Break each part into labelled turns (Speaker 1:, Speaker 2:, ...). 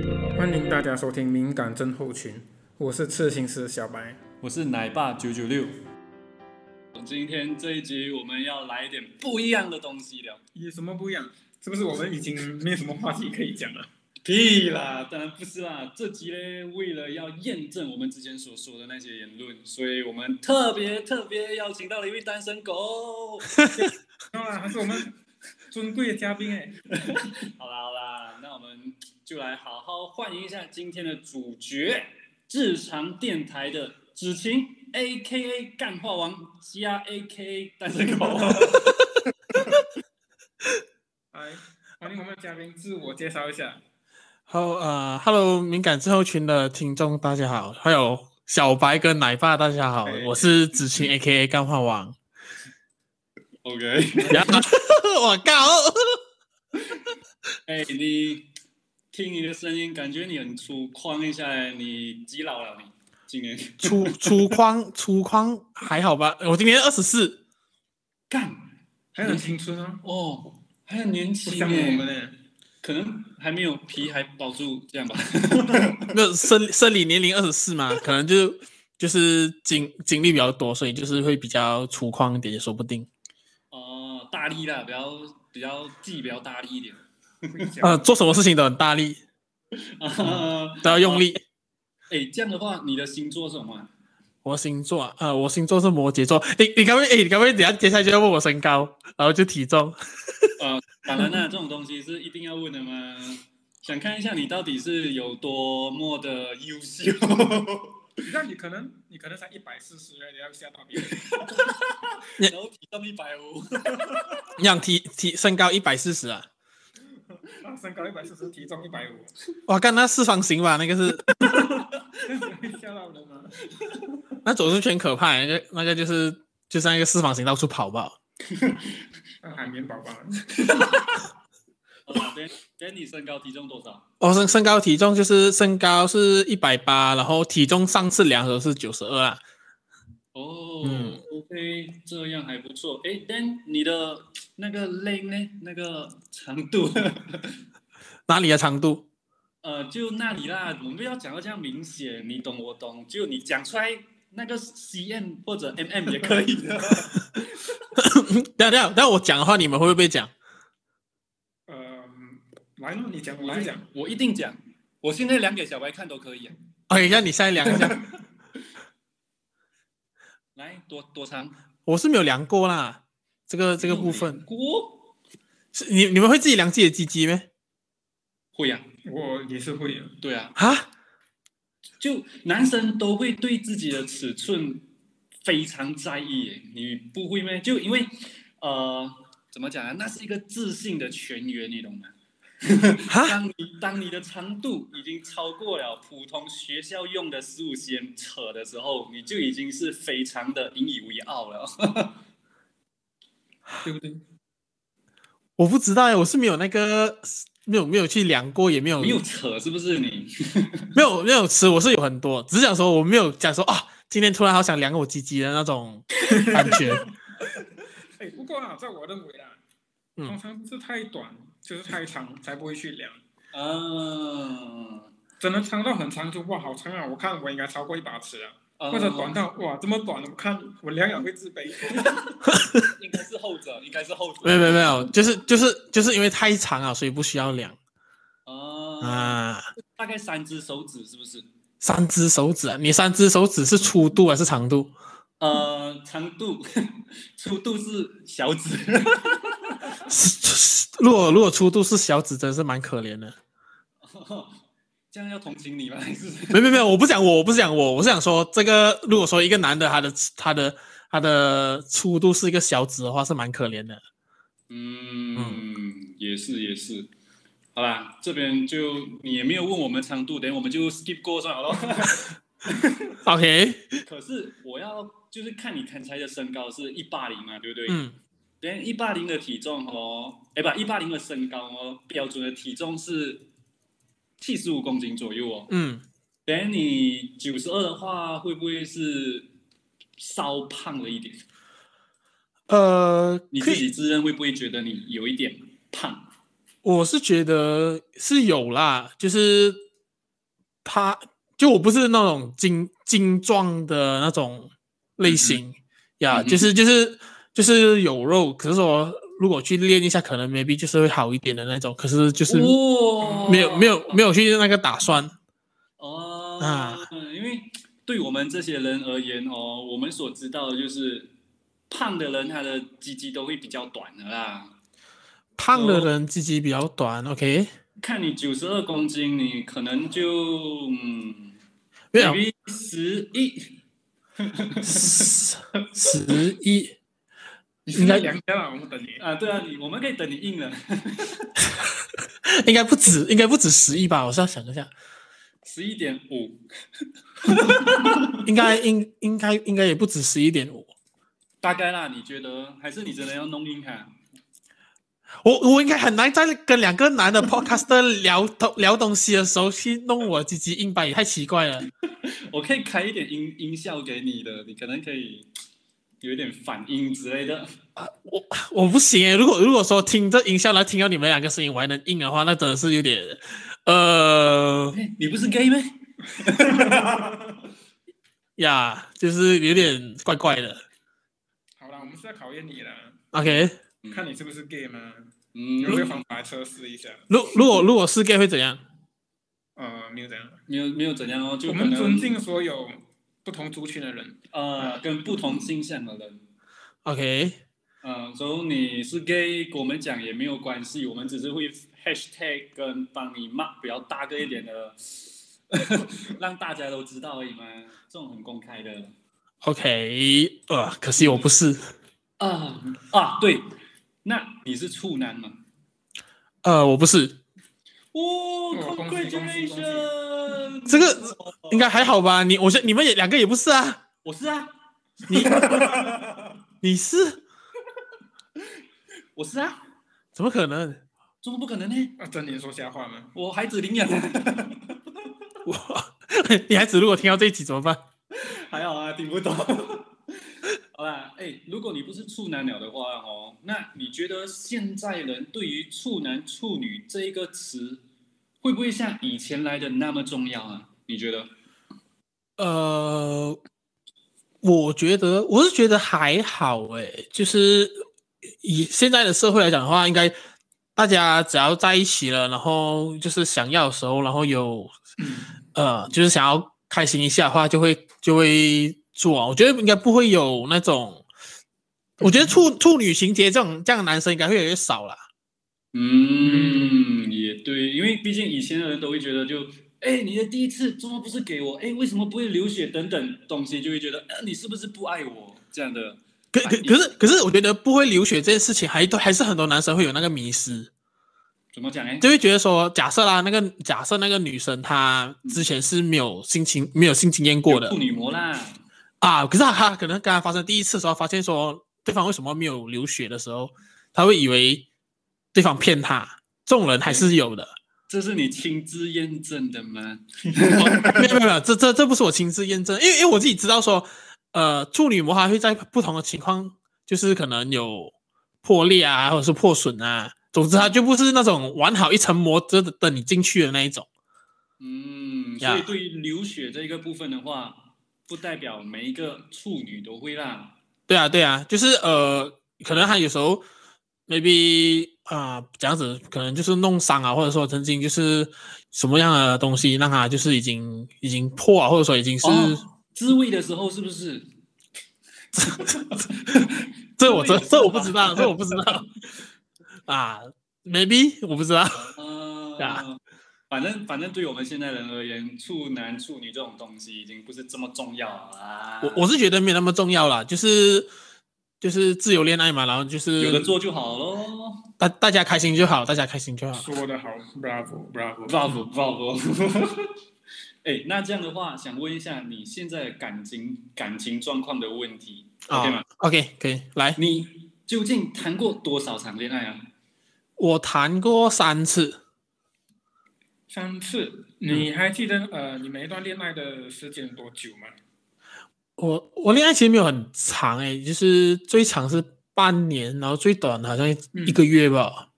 Speaker 1: 迎大家收听《敏感症候群》，我是刺青师小白。
Speaker 2: 我是奶爸九九六。今天这一集我们要来一点不一样的东西聊。
Speaker 1: 有什么不一样？是不是我们已经没有什么话题可以讲 了？
Speaker 2: 屁啦，当然不是啦。这集呢，为了要验证我们之前所说的那些言论，所以我们特别特别邀请到了一位单身 狗。
Speaker 1: 当然啊还是我们尊贵的嘉宾哎。
Speaker 2: 好啦好啦，那我们就来好好欢迎一下今天的主角——日常电台的子晴，A.K.A. 干话王加 A.K.A. 单身狗。
Speaker 1: 来，欢迎我们的嘉宾自我介绍一下。
Speaker 3: 好，呃，Hello，敏感症候群的听众大家好，还有小白跟奶爸大家好
Speaker 1: 哎，
Speaker 3: 我是子晴 A K A 干话王。
Speaker 2: OK，
Speaker 3: 呀 我靠！
Speaker 2: 哎、你听你的声音，感觉你很粗犷一下欸，你几老了你？今年
Speaker 3: 粗粗 框粗框还好吧？我今年二十四，
Speaker 2: 干
Speaker 1: 还很青春啊，
Speaker 2: 哦，还很年
Speaker 1: 不
Speaker 2: 轻
Speaker 1: 像我们
Speaker 2: 哎，
Speaker 1: 呢。
Speaker 2: 可能还没有皮还保住这样吧。
Speaker 3: 那生生理年龄二十四嘛，可能就就是经经历比较多，所以就是会比较粗框一点，也说不定。
Speaker 2: 哦、大力啦，比较比较记比较大力一点，
Speaker 1: 啊
Speaker 3: 呃，做什么事情都很大力，
Speaker 2: 啊，
Speaker 3: 都要用力。
Speaker 2: 哎、这样的话，你的星座是什么啊？
Speaker 3: 我星座啊、呃我星座是摩羯座。你你该不会哎，你该不会等一下接下来就要问我身高，然后就体重？
Speaker 2: 呃，当然啦，这种东西是一定要问的嘛。想看一下你到底是有多么的优秀。
Speaker 1: 你知道你可能你可能才一百四十，你要吓到别 人。
Speaker 2: 然后体重一百五，
Speaker 3: 你想提提身高一百四十啊？
Speaker 1: 啊，身高一百四十，体重一百 五，
Speaker 3: 哇，干那四方形吧，那个是
Speaker 1: 这样子会吓到人啊吗？
Speaker 3: 那总是全可怕，欸那个那个就是就像一个四方形到处跑吧。
Speaker 1: 像啊海绵宝宝。
Speaker 2: 好啦等等呃你身高体重多少？
Speaker 3: 哦，身身高体重就是身高是一百八，然后体重上次量的时候是九十二啊。
Speaker 2: 哦、
Speaker 3: 嗯
Speaker 2: o k 这样还不错。哎，但你的那个 length 呢？那个长度，
Speaker 3: 哪里的长度？
Speaker 2: 呃，就那里啦。我们不要讲到这样明显，你懂我懂。就你讲出来那个 cm 或者 mm 也可以的。
Speaker 3: 等一下等一下，但我讲的话你们会不会被讲？
Speaker 1: 呃，来嘛，你讲，我
Speaker 2: 来
Speaker 1: 就讲。，
Speaker 2: 我一定讲。我现在量给小白看都可以、啊。
Speaker 3: 哎，那你现在量一下，
Speaker 2: 来，多多长？
Speaker 3: 我是没有量过啦。这个这个部
Speaker 2: 没有
Speaker 3: 分
Speaker 2: 量过
Speaker 3: 是你你们会自己量自己的鸡鸡咩？
Speaker 2: 会呀、
Speaker 1: 我也是会的。
Speaker 2: 对啊，
Speaker 3: 啊？
Speaker 2: 就男生都会对自己的尺寸非常在意耶，你不会吗？就因为呃，怎么讲啊？那是一个自信的泉源，你懂吗？
Speaker 3: 哈？
Speaker 2: 当你当你的长度已经超过了普通学校用的十五 cm 扯的时候，你就已经是非常的引以为傲了。
Speaker 3: 嗯
Speaker 1: 对不对？
Speaker 3: 我不知道欸呀，我是没有那个没有没有去量过，也没有
Speaker 2: 没有扯是不是 你？
Speaker 3: 没有没有吃，我是有很多，只是想说我没有讲说啊，今天突然好想量我鸡鸡的那种感觉。
Speaker 1: 哎，不过啊，在我认为啊，
Speaker 3: 嗯
Speaker 1: 通常不是太短就是太长才不会去量，
Speaker 2: 啊
Speaker 1: 真的长到很长就哇好长啊！我看我应该超过一把尺啊，
Speaker 2: 啊
Speaker 1: 或者短到哇这么短，我看我两眼会自卑。
Speaker 2: 应该是后者，应该是后者。
Speaker 3: 没有没有没有， 就是就是就是因为太长了，所以不需要量
Speaker 2: 啊，
Speaker 3: 啊。
Speaker 2: 大概三只手指是不是？
Speaker 3: 三只手指啊，你三只手指是粗度还是长度？
Speaker 2: 呃，长度、粗度是小指，
Speaker 3: 是是如果如果粗度是小指，真是蛮可怜的。
Speaker 2: 这样要同情你吗？还是
Speaker 3: 没没没有，我不讲我，我不是讲我，我是想说这个，如果说一个男的他的他的他的粗度是一个小指的话，是蛮可怜的。
Speaker 2: 嗯，也是也是。好啦，这边就你也没有问我们长度，等我们就 skip 过算了咯。
Speaker 3: OK，
Speaker 2: 可是我要就是看你刚才的身高是一八零嘛，对不对？
Speaker 3: 嗯，
Speaker 2: 等一八零的体重哦，哎不，一八零的身高哦，标准的体重是七十五公斤左右哦。
Speaker 3: 嗯，
Speaker 2: 等你九十二的话，会不会是稍胖了一点？
Speaker 3: 呃，
Speaker 2: 你
Speaker 3: 可
Speaker 2: 自
Speaker 3: 以
Speaker 2: 己自认会不会觉得你有一点胖？
Speaker 3: 我是觉得是有啦，就是他就我不是那种精精壮的那种类型呀
Speaker 2: 嗯哼
Speaker 3: 就是就是就是有肉，可是说如果去练一下，可能 maybe 就是会好一点的那种，可是就是
Speaker 2: 哇
Speaker 3: 没有、没有没有去那个打算，
Speaker 2: 哦
Speaker 3: 啊
Speaker 2: 因为对我们这些人而言哦，我们所知道的就是胖的人他的鸡鸡都会比较短的啦。
Speaker 3: 胖的
Speaker 2: 哦
Speaker 3: 人鸡鸡比较短，OK，
Speaker 2: 看你九十二公斤，你可能就嗯，
Speaker 3: 没有
Speaker 2: 十一，
Speaker 3: 十十一，
Speaker 1: 你现在两天了，我们等你。
Speaker 2: 啊，对啊，你我们可以等你硬了，
Speaker 3: 应该不止，应该不止十一吧？我是要想一下，
Speaker 2: 十一点五，
Speaker 3: 应该应应该应该也不止十一点五，
Speaker 2: 大概啦。你觉得还是你真的要弄硬它？
Speaker 3: 我我应该很难在跟两个男的 podcaster 聊东聊东西的时候去弄我鸡鸡硬吧，也太奇怪了。
Speaker 2: 我可以开一点音音效给你的，你可能可以有一点反应之类的。
Speaker 3: 我不行、欸，如果如果说听这音效来听到你们两个声音我还能硬的啊话，那真的是有点，呃
Speaker 2: 哎你不是 gay 吗？
Speaker 3: 呀，就是有点怪怪的。
Speaker 1: 好了，我们是在考验你了，
Speaker 3: OK，
Speaker 1: 看你是不是 gay 吗？
Speaker 2: 嗯，
Speaker 1: 用这个方法测试一下。
Speaker 3: 如如果如果是 gay 会怎样？
Speaker 1: 呃，没有这样。
Speaker 2: 没有没有怎样哦，就
Speaker 1: 我
Speaker 2: 可
Speaker 1: 们
Speaker 2: 能
Speaker 1: 尊敬所有不同族群的人。
Speaker 2: 呃跟不同倾向的人，
Speaker 3: OK，
Speaker 2: 嗯、所以你是 gay，跟我们讲也没有关系，我们只是会 hashtag 跟帮你骂比较大个一点的， 让大家都知道而已嘛，这种很公开的。
Speaker 3: OK，呃，可惜我不是，
Speaker 2: 啊啊，对，那你是处男吗？
Speaker 3: 呃，我不是，
Speaker 2: 哦
Speaker 1: 恭喜恭喜恭喜
Speaker 2: ，congratulation！
Speaker 3: 这个应该还好吧？你，我觉得你们也两个也不是啊，
Speaker 2: 我是啊，
Speaker 3: 你是？
Speaker 2: 我是啊，
Speaker 3: 怎么可能？
Speaker 2: 怎么不可能呢？
Speaker 1: 啊，真人说瞎话吗？
Speaker 2: 我孩子领养，
Speaker 3: 我，你孩子如果听到这一集怎么办？
Speaker 2: 还好啊，听不懂。 好啦，哎，如果你不是处男了的话哦，那你觉得现在人对于处男处女这一个词，会不会像以前来的那么重要啊？你觉得？
Speaker 3: 呃，我觉得我是觉得还好诶，就是以现在的社会来讲的话，应该大家只要在一起了，然后就是想要的时候，然后有呃，就是想要开心一下的话，就会就会做啊。我觉得应该不会有那种，我觉得处处女情节这种这样的男生应该会越来越少啦。
Speaker 2: 嗯，也对，因为毕竟以前的人都会觉得就，哎，你的第一次怎么不是给我？哎，为什么不会流血等等东西，就会觉得，呃，你是不是不爱我这样的？
Speaker 3: 可可可是可是，我觉得不会流血这件事情还都还是很多男生会有那个迷失。
Speaker 2: 怎么讲呢？
Speaker 3: 就会觉得说，假设啦，那个假设那个女生她之前是没有性情没有性经验过的
Speaker 2: 处女膜啦，
Speaker 3: 啊，可是她她可能刚刚发生第一次的时候，发现说对方为什么没有流血的时候，她会以为对方骗她，这种人还是有的。
Speaker 2: 这是你亲自验证的吗？
Speaker 3: 哦没有没有没有，这这这不是我亲自验证，因为因为我自己知道说，呃，处女膜还会在不同的情况，就是可能有破裂啊，或者是破损啊，总之它就不是那种完好一层膜遮着等你进去的那一种。
Speaker 2: 嗯，
Speaker 3: 呀
Speaker 2: 所以对于流血这一个部分的话，不代表每一个处女都会啦。
Speaker 3: 对啊，对啊，就是呃，可能他有时候 maybe 啊、这样子，可能就是弄伤啊，或者说曾经就是什么样的东西让他就是已经已经破啊，或者说已经是、
Speaker 2: 哦，自慰的时候是不是？
Speaker 3: 这我这
Speaker 2: 对
Speaker 3: 这我不知道，这我不知道啊，maybe 我不知道，
Speaker 2: 呃，
Speaker 3: 呀
Speaker 2: 反正反正对我们现代人而言，处男处女这种东西已经不是这么重要了啊啦。
Speaker 3: 我我是觉得没有那么重要啦，就是就是自由恋爱嘛，然后就
Speaker 2: 有的
Speaker 3: 是
Speaker 2: 做就好咯。
Speaker 3: 大大家开心就好，大家开心就好。
Speaker 1: 说得好，bravo bravo。
Speaker 2: bravo bravo。哎，那这样的话，想问一下你现在的感情感情状况的问题、
Speaker 3: 啊
Speaker 2: o k 吗？
Speaker 3: OK，可以来，
Speaker 2: 你究竟谈过多少场恋爱 啊？
Speaker 3: 我谈过三次，
Speaker 1: 三次，你还记得呃，你每一段恋爱的时间多久吗？
Speaker 3: 我我恋爱其实没有很长诶、就是最长是半年，然后最短的好像一
Speaker 1: 嗯
Speaker 3: 一个月吧。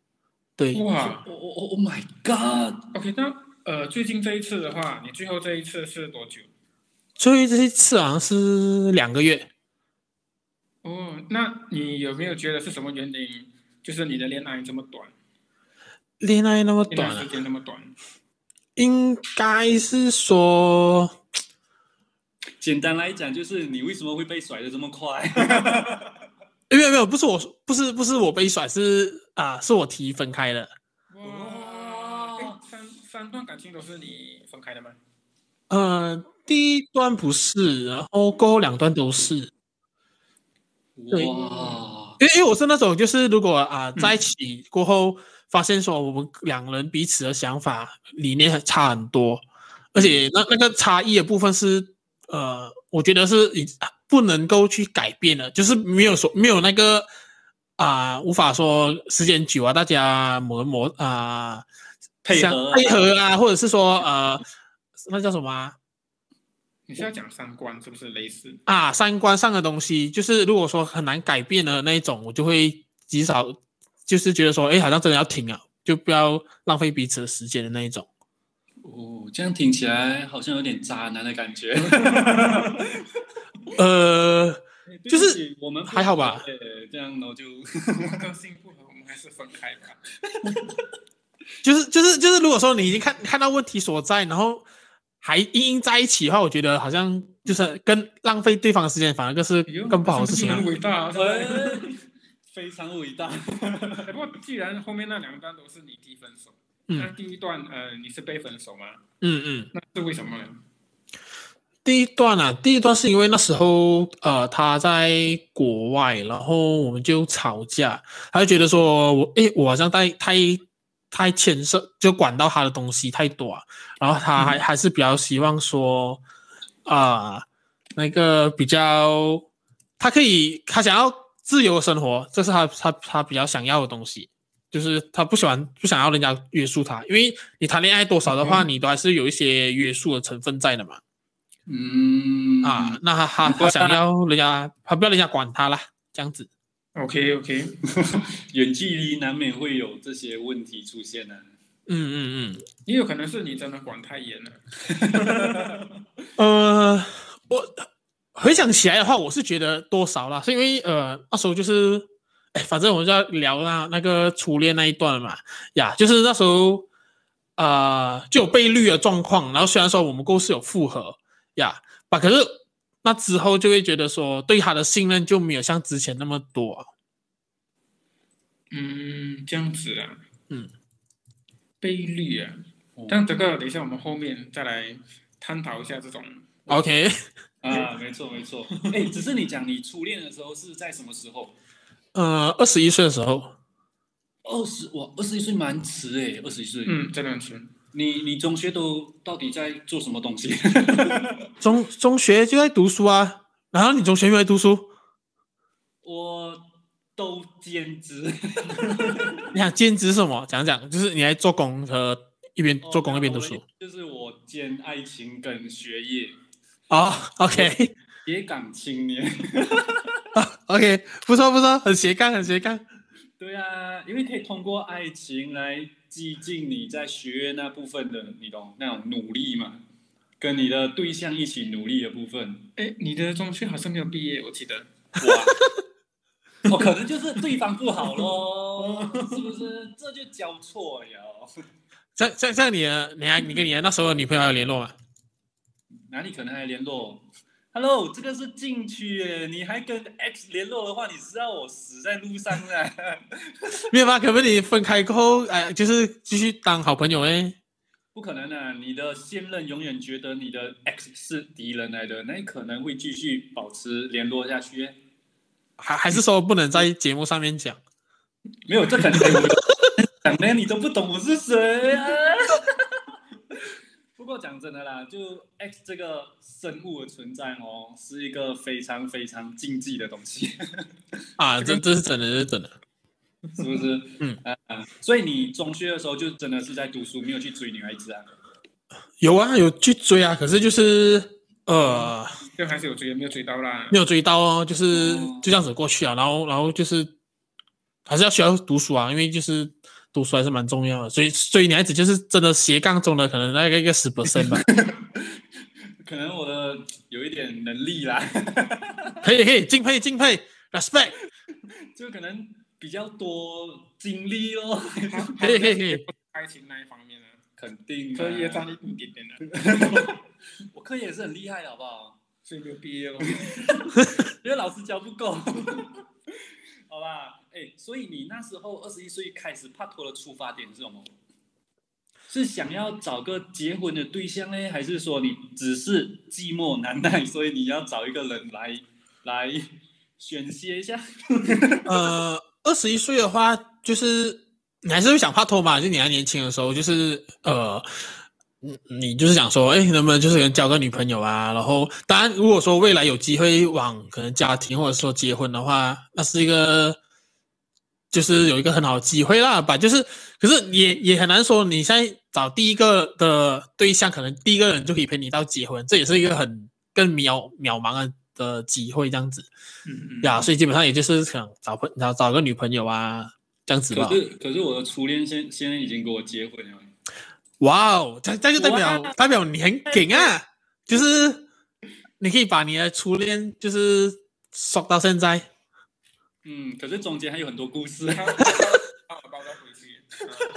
Speaker 3: 对，
Speaker 1: 哇
Speaker 2: 哦哦哦 Oh my God！
Speaker 1: ，OK，那呃，最近这一次的话，你最后这一次是多久？
Speaker 3: 所以这一次好像是两个月，
Speaker 1: 哦，那你有没有觉得是什么原因？就是你的恋爱这么短，
Speaker 3: 恋爱那么
Speaker 1: 恋
Speaker 3: 短
Speaker 1: 爱
Speaker 3: 啊
Speaker 1: 时，间那么短，
Speaker 3: 应该是说，
Speaker 2: 简单来讲，就是你为什么会被甩的这么快？
Speaker 3: 诶没有没有，不是我，不是不是我被甩，是啊，是我提分开的。
Speaker 1: 哇，
Speaker 2: 哇
Speaker 1: 诶三三段感情都是你分开的吗？
Speaker 3: 呃，第一段不是，然后过后两段都是，因 对
Speaker 2: 哇，
Speaker 3: 为因为我是那种就是如果啊
Speaker 2: 嗯
Speaker 3: 在一起过后发现说我们两人彼此的想法理念还差很多，
Speaker 2: 嗯
Speaker 3: 而且那那个差异的部分是呃，我觉得是已啊不能够去改变的，就是没有说没有那个啊、无法说时间久啊，大家磨磨啊。
Speaker 2: 配
Speaker 3: 像
Speaker 2: 合啊
Speaker 3: 配合啊，或者是说呃，那叫什么啊？
Speaker 1: 你是要讲三观是不是类似？
Speaker 3: 啊三观上的东西，就是如果说很难改变的那一种，我就会极少，就是觉得说，哎，好像真的要停啊，就不要浪费彼此的时间的那一种。
Speaker 2: 哦，这样听起来好像有点渣男的感觉。
Speaker 3: 呃，
Speaker 2: 对不
Speaker 3: 就是
Speaker 2: 起我们不
Speaker 3: 还好吧
Speaker 2: 对，这样呢就
Speaker 1: 我们个性不合，我们还是分开吧。
Speaker 3: 就是就是就是，如果说你已经看看到问题所在，然后还硬硬在一起的话，我觉得好像就是跟浪费对方的时间，反而更是
Speaker 1: 哎呦
Speaker 3: 更不好的事情啊
Speaker 1: 真。是很伟 大 啊！是
Speaker 2: 呃非常伟大。
Speaker 1: 不是不过既然后面那两段都是你提分手，那
Speaker 3: 嗯
Speaker 1: 第一段呃你是被分手吗？
Speaker 3: 嗯嗯。
Speaker 1: 那是为什么呢？
Speaker 3: 第一段啊，第一段是因为那时候呃他在国外，然后我们就吵架，他就觉得说我诶我好像太太太牵涉就管到他的东西太多啊，然后他还、还是比较希望说啊、那个比较他可以他想要自由的生活，这是他他他比较想要的东西。就是他不喜欢不想要人家约束他，因为你谈恋爱多少的话，你都还是有一些约束的成分在的嘛。
Speaker 2: 嗯
Speaker 3: 啊，，那他他他想要人家， 他不要人家管他啦，这样子。
Speaker 1: OK OK，
Speaker 2: 远距离难免会有这些问题出现啊呢、
Speaker 3: 嗯嗯
Speaker 1: 也有可能是你真的管太严了。
Speaker 3: 嗯，呃，我回想起来的话，我是觉得多少啦，是因为呃那时候就是，哎，反正我们就要聊那那个初恋那一段了嘛，呀，就是那时候啊、呃就有被绿的状况，然后虽然说我们公司有复合呀，吧，可是那之后就会觉得说对他的信任就没有像之前那么多啊、
Speaker 1: 嗯，这样子啊，
Speaker 3: 嗯，
Speaker 1: 倍率啊
Speaker 2: 哦，
Speaker 1: 但这个等一下我们后面再来探讨一下这种。
Speaker 3: OK，
Speaker 2: 啊，没错没错。 哎，只是你讲你初恋的时候是在什么时候？
Speaker 3: 呃，二十一岁的时候。
Speaker 2: 二十哇，二十一岁蛮迟哎，二十一岁。
Speaker 1: 嗯，真的很深。
Speaker 2: 你你中学都到底在做什么东 西？
Speaker 3: 中中学就在读书啊，然后你中学没有在读书，
Speaker 2: 我都兼职，
Speaker 3: 你想兼职是什么？讲讲，就是你还做工和一边做工一边读书。
Speaker 2: 哦就是我兼爱情跟学业，
Speaker 3: 哦，OK
Speaker 2: 铁杆青年。
Speaker 3: OK，不错不错，很斜杠很斜杠。
Speaker 2: 对啊，因为可以通过爱情来激进你在学业那部分的，你懂那种努力嘛，跟你的对象一起努力的 部分。
Speaker 1: 哎，你的中学好像没有毕业，我记得。
Speaker 2: 哇，哦，可能就是对方不好咯，是不是？这就交错了。
Speaker 3: 这样这样这样你的，你还你跟你的那时候的女朋友还有联络吗？
Speaker 2: 哪里可能还联络？Hello，这个是禁区耶，你还跟 X 联络的话，你是要我死在路上啊？
Speaker 3: 没有吧？可不可以分开过后，哎、就是继续当好朋友诶。
Speaker 2: 不可能啊！你的现任永远觉得你的 X 是敌人来的，那你可能会继续保持联络下去耶。
Speaker 3: 还还是说不能在节目上面讲？
Speaker 2: 没有，这肯定不讲呢，你都不懂我是谁啊！ 不过讲真的啦，就 X 这个生物的存在哦，是一个非常非常禁忌的东西，
Speaker 3: 啊，这这是真的，这是真的。
Speaker 2: 是不是？
Speaker 3: 嗯
Speaker 2: 啊、啊所以你中学的时候就真的是在读书，没有去追女孩子啊？
Speaker 3: 有啊，有去追啊，可是就是呃，
Speaker 1: 就还是有追，没有追到啦。
Speaker 3: 没有追到哦，就是
Speaker 2: 哦
Speaker 3: 就这样子过去啊，然后然后就是还是要需要读书啊，因为就是读书还是蛮重要的。所以，所以女孩子就是真的斜杠中的可能那个一个十 percent 吧。
Speaker 2: 可能我的有一点能力啦，
Speaker 3: 可以，可以，敬佩，敬佩，respect。
Speaker 2: 就可能比较多经历咯，
Speaker 3: 可以，可以，可以。
Speaker 1: 爱情那一方面呢，
Speaker 2: 肯定、啊。
Speaker 1: 科业占一点啊点的，
Speaker 2: 我科研也是很厉害的，好不好？
Speaker 1: 所以就毕业了。
Speaker 2: 因为老师教不够。 好啦，哎、所以你那时候二十一岁开始帕托的出发点是什么？是想要找个结婚的对象呢，还是说你只是寂寞难耐，所以你要找一个人来来宣泄一下？
Speaker 3: 呃，二十一岁的话，就是你还是会想怕脱嘛，就你还年轻的时候，就是呃。嗯你就是想说，哎，能不能就是交个女朋友啊？然后，当然，如果说未来有机会往可能家庭或者说结婚的话，那是一个，就是有一个很好的机会啦吧。就是，可是也也很难说，你现在找第一个的对象，可能第一个人就可以陪你到结婚，这也是一个很更渺渺茫的的机会这样子
Speaker 1: 嗯嗯。
Speaker 3: 呀。所以基本上也就是想找朋找找个女朋友啊这样子
Speaker 2: 可
Speaker 3: 吧。
Speaker 2: 是可是我的初恋现现在已经跟我结婚了，
Speaker 3: 哇哦，这这就代表
Speaker 2: 哇
Speaker 3: 代表你很顶啊，就是你可以把你的初恋就是说到现在，
Speaker 2: 嗯，可是中间还有很多故 事。
Speaker 1: 他他把包装回去，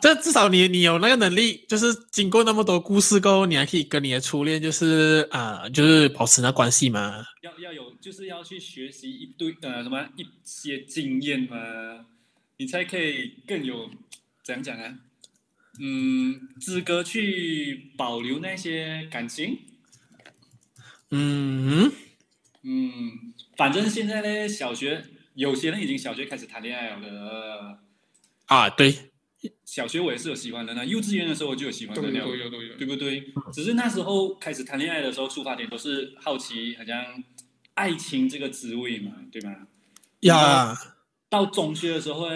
Speaker 3: 这至少你你有那个能力，就是经过那么多故事过后，你还可以跟你的初恋就是啊、就是保持那关系嘛。
Speaker 2: 要要有，就是要去学习一堆呃什么一些经验嘛，你才可以更有怎样讲呢？嗯，资格去保留那些感情。
Speaker 3: 嗯，
Speaker 2: 嗯，反正现在呢，小学有些人已经小学开始谈恋爱了的。
Speaker 3: 啊对，
Speaker 2: 小学我也是有喜欢的呢，幼稚园的时候我就有喜欢
Speaker 1: 都
Speaker 2: 的
Speaker 1: 有
Speaker 2: 了。
Speaker 1: 都有都有。
Speaker 2: 对不对？只是那时候开始谈恋爱的时候，出发点都是好奇，好像爱情这个滋味嘛，对吗？
Speaker 3: 呀，
Speaker 2: 到中学的时候，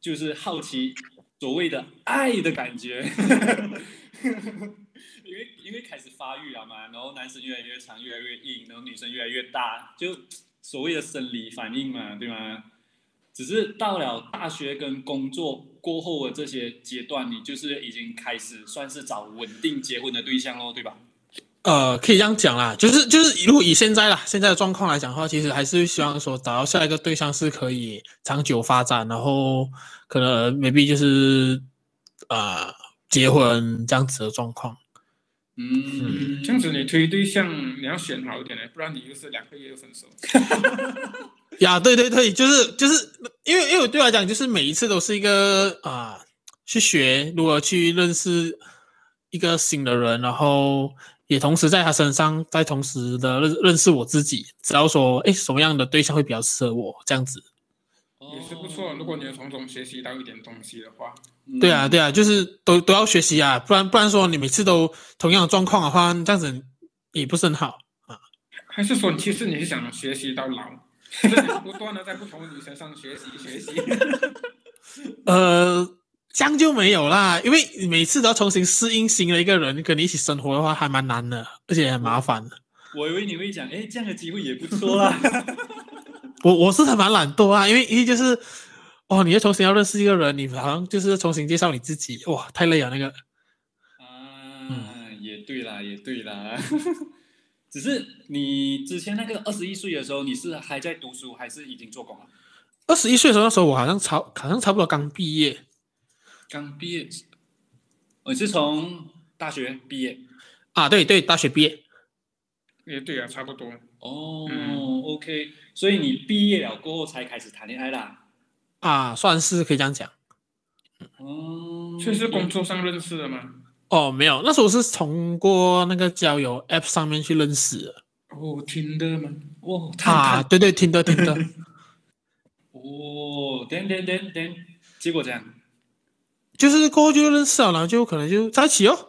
Speaker 2: 就是好奇所谓的爱的感觉， 因为因为开始发育了嘛，然后男生越来越长，越来越硬，然后女生越来越大，就所谓的生理反应嘛，对吗？只是到了大学跟工作过后的这些阶段，你就是已经开始算是找稳定结婚的对象喽，对吧？
Speaker 3: 呃，可以这样讲啦，就是就是，如果以现在啦现在的状况来讲的话，其实还是希望说找到下一个对象是可以长久发展，然后可能 maybe 就是啊、呃结婚这样子的状况。
Speaker 2: 嗯，
Speaker 1: 这样子你推对象，你要选好一点嘞，不然你又是两个月就分手。
Speaker 3: 呀，对对对，就是就是，因为因为我对我来讲，就是每一次都是一个啊、去学如何去认识一个新的人，然后也同时在他身上，再同时的认认识我自己，知道说，哎，什么样的对象会比较适合我这样子。
Speaker 2: 哦
Speaker 1: 也是不错。如果你能从中学习到一点东西的话，
Speaker 2: 嗯
Speaker 3: 对啊，对啊，就是都都要学习啊，不然不然说你每次都同样的状况的话，这样子也不是很好。
Speaker 1: 还是说你其实你是想学习到老，就是你不断的在不同的女生上学习学习。
Speaker 3: 呃，这样就没有啦，因为你每次都要重新适应新的一个人跟你一起生活的话，还蛮难的，而且很麻烦的。
Speaker 2: 我以为你会讲，哎，这样的机会也不错啦。
Speaker 3: 我我是很蛮懒惰啊，因为因为就是哦，你要重新要认识一个人，你好像就是重新介绍你自己，哇，太累了那个。
Speaker 2: 啊，也对啦，也对啦。 只是你之前那个二十一岁的时候，你是还在读书，还是已经做工了？啊
Speaker 3: 二十一岁的时候，那时候我好像差好像差不多刚毕业，
Speaker 2: 刚毕业，我哦是从大学毕业。
Speaker 3: 啊，对对，大学毕业，
Speaker 1: 也对啊，差不多。
Speaker 2: 哦、
Speaker 1: 嗯
Speaker 2: o k 所以你毕业了过后才开始谈恋爱啦。
Speaker 3: 啊，算是可以这样讲。
Speaker 2: 哦、
Speaker 1: 所以是工作上认识的嘛？
Speaker 3: 哦，没有，那时候我是通过那个交友 App 上面去认识的
Speaker 1: 哦，听的吗？
Speaker 2: 哇，看
Speaker 3: 啊，
Speaker 2: 看，
Speaker 3: 对对，听的听的，
Speaker 2: 哦，等等等等，结果这样，
Speaker 3: 就是过后就认识了，然后就可能就在一起哦。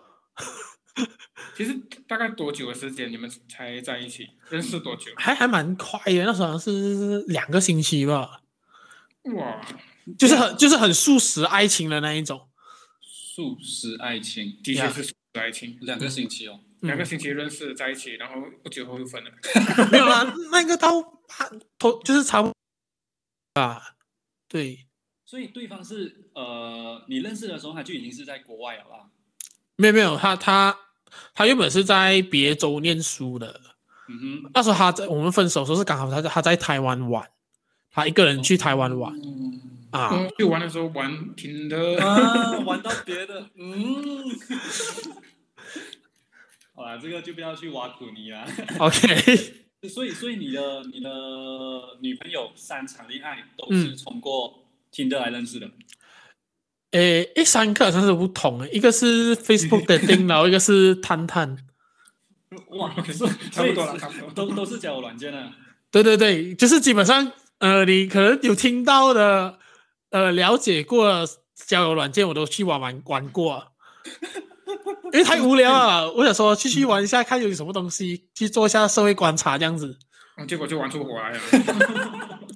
Speaker 1: 其实大概多久的时间你们才在一起？认识多久？
Speaker 3: 还还蛮快的，那时候好像是两个星期吧，
Speaker 1: 哇，
Speaker 3: 就是
Speaker 1: 啊
Speaker 3: 很就是很速食爱情的那一种。
Speaker 2: 素食爱情
Speaker 1: 的确
Speaker 3: 呀
Speaker 1: 是在一起，
Speaker 2: 两个星期哦。
Speaker 3: 嗯
Speaker 1: 两个星期认识在一起，然后不久后就分了。
Speaker 3: 没有啦，那个到八头就是差不多啊，对，
Speaker 2: 所以对方是呃，你认识的时候他就已经是在国外了啦。
Speaker 3: 没有没有，他他他原本是在别州念书的，
Speaker 2: 嗯哼，
Speaker 3: 那时候他在我们分手的时候是刚好他在他在台湾玩，他一个人去台湾玩
Speaker 2: 嗯
Speaker 3: 啊，
Speaker 1: 去玩的时候玩挺 的，
Speaker 2: 啊，玩到别的，嗯。好啦，这个就不要去挖苦你啦。
Speaker 3: OK，
Speaker 2: 所以，所以你的你的女朋友三场恋爱都是通过听的来认识的。
Speaker 3: 诶，诶，三个好像是不同的，一个是 Facebook 的钉，然后一个是探探，
Speaker 2: 哇，
Speaker 1: OK，
Speaker 2: 所以
Speaker 1: 差
Speaker 2: 所
Speaker 1: 不
Speaker 2: 以
Speaker 1: 多了，差不多。
Speaker 2: 都都是交友软件啊。
Speaker 3: 对对对，就是基本上呃，你可能有听到的，呃，了解过的交友软件我都去玩玩玩过，因为太无聊了，我想说去去玩一下，看有什么东西，去做一下社会观察这样子，
Speaker 1: 嗯结果就玩出火 来了。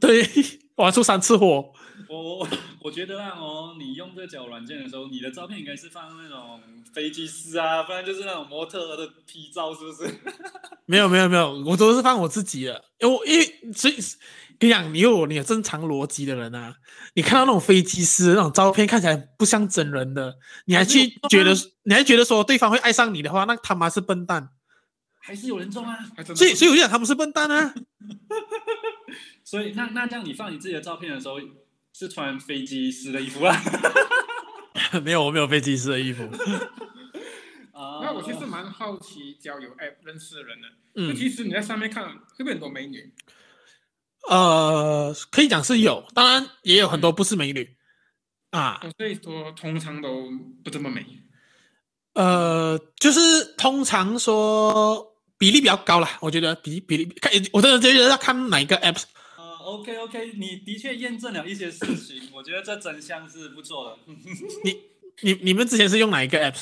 Speaker 3: 对， 玩出三次火。
Speaker 2: 我我我觉得啦哦，你用这个交友软件的时候，你的照片应该是放那种飞机师啊，不然就是那种模特儿的 P 照，是不是？
Speaker 3: 没有没有没有，我都是放我自己的，因为我因为所以跟你讲，你有你有正常逻辑的人啊，你看到那种飞机师那种照片看起来不像真人的，你还去觉得你还觉得说对方会爱上你的话，那他妈是笨蛋。
Speaker 2: 还是有人中啊？
Speaker 1: 还真的
Speaker 3: 所以所以我就讲他们是笨蛋啊，
Speaker 2: 所以那那这样，你放你自己的照片的时候是穿飞机师的衣服啊？
Speaker 3: 没有我没有飞机师的衣服，
Speaker 2: 啊
Speaker 1: 那我其实蛮好奇交友 app 认识人的，就
Speaker 3: 嗯
Speaker 1: 其实你在上面看会不会很多美女？
Speaker 3: 呃可以讲是有，当然也有很多不是美女啊，
Speaker 1: 嗯所以说通常都不这么美。
Speaker 3: 呃，就是通常说比例比较高啦，我觉得比比例看，我真的觉得要看哪一个 app。
Speaker 2: 呃，OK OK，你的确验证了一些事情，我觉得这真相是不错的。
Speaker 3: 你你们之前是用哪一个 app？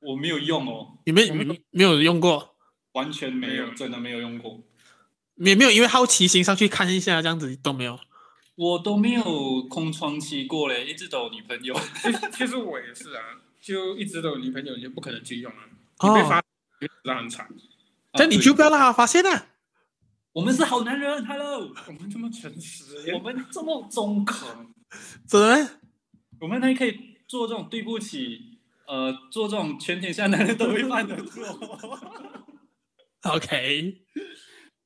Speaker 2: 我没有用哦，
Speaker 3: 你们
Speaker 1: 我
Speaker 3: 没
Speaker 1: 们
Speaker 3: 有没有用过，
Speaker 2: 完全没
Speaker 1: 没
Speaker 2: 有，
Speaker 1: 有
Speaker 2: 真的没有用过，
Speaker 3: 也没有因为好奇心上去看一下，这样子都没有。
Speaker 2: 我都没有空窗期过嘞，一直都有女朋友。
Speaker 1: 其实其实我也是啊，就一直都有女朋友，你就不可能去用啊，你被
Speaker 3: 哦
Speaker 1: 发，觉得很惨。
Speaker 3: 那你
Speaker 2: 啊
Speaker 3: 就
Speaker 2: 对
Speaker 3: 不要让他发现啊。
Speaker 2: 我们是好男人，Hello，
Speaker 1: 我们这么诚实，
Speaker 2: 我们这么中肯，
Speaker 3: 怎么了？
Speaker 2: 我们还可以做这种对不起，呃，做这种全天下男人都会犯的错。
Speaker 3: ？OK，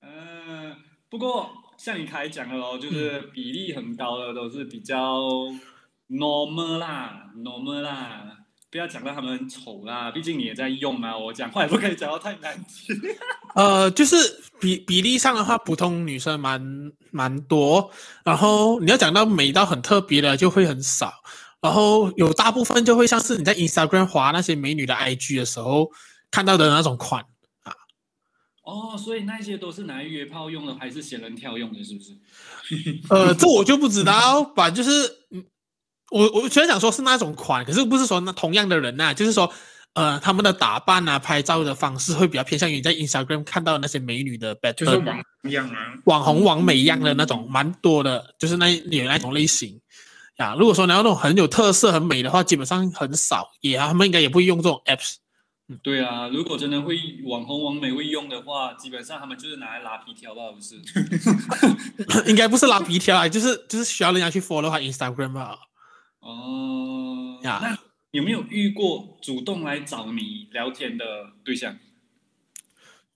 Speaker 2: 嗯，不过像你刚才讲的咯，就是比例很高的都是比较 normal 啦，normal 啦，不要讲到他们很丑啦，毕竟你也在用啊，我讲话也不可以讲到太难听。
Speaker 3: 呃，就是比比例上的话，普通女生蛮蛮多，然后你要讲到美到很特别的就会很少，然后有大部分就会像是你在 Instagram 滑那些美女的 IG 的时候看到的那种款，
Speaker 2: 哦，所以那些都是拿来约炮用的，还是仙人跳用的，是不是？
Speaker 3: 呃，这我就不知道吧，就是嗯我我虽然想说是那种款，可是不是说那同样的人呐、啊就是说呃他们的打扮啊、拍照的方式会比较偏向于你在 Instagram 看到的那些美女的 b a t
Speaker 1: 就是网一样啊。
Speaker 3: 网红网美一样的那种，蛮多的，就是那有那种类型呀。如果说你要那种很有特色、很美的话，基本上很少，也啊他们应该也不会用这种 apps。
Speaker 2: 对啊，如果真的会网红网美会用的话，基本上他们就是拿来拉皮条吧，不是？
Speaker 3: 应该不是拉皮条啊，就是就是需要人家去 follow 他 Instagram 啊吧。
Speaker 2: 哦，
Speaker 3: 呀
Speaker 2: 那有没有遇过主动来找你聊天的对象？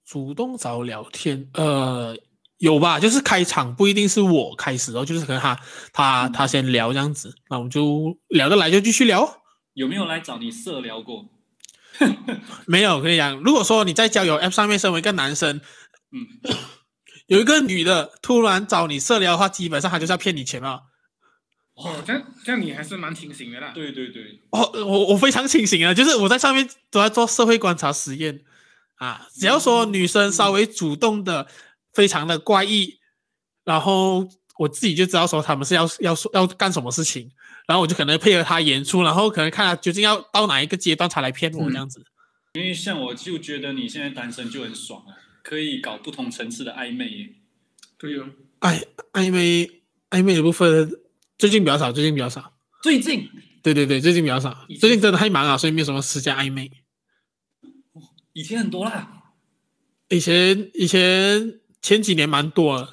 Speaker 3: 主动找聊天，呃，有吧？就是开场不一定是我开始哦，然后就是可能他他他先聊这样子，那我们就聊得来就继续聊哦。
Speaker 2: 有没有来找你社聊过？
Speaker 3: 没有，我跟你讲，如果说你在交友 App 上面身为一个男生，
Speaker 2: 嗯，
Speaker 3: 有一个女的突然找你社聊的话，基本上她就是要骗你钱了。
Speaker 1: 哦，这样这样你还是蛮清醒的啦。
Speaker 2: 对对对，
Speaker 3: 哦，我我非常清醒啊，就是我在上面都在做社会观察实验啊。只要说女生稍微主动的，非常的怪异，然后我自己就知道说他们是要要说要干什么事情，然后我就可能配合她演出，然后可能看她究竟要到哪一个阶段才来骗我
Speaker 1: 嗯
Speaker 3: 这样子。
Speaker 2: 因为像我就觉得你现在单身就很爽啊，可以搞不同层次的暧昧耶。
Speaker 1: 对哦，
Speaker 3: 暧哎暧昧暧昧的部分最近比较少，最近比较少。
Speaker 2: 最近
Speaker 3: 对对对，最近比较少
Speaker 1: 以，前
Speaker 3: 最近真的太忙了，所以没有什么时间暧昧。
Speaker 2: 以前很多啦，
Speaker 3: 以前以前前几年蛮多的，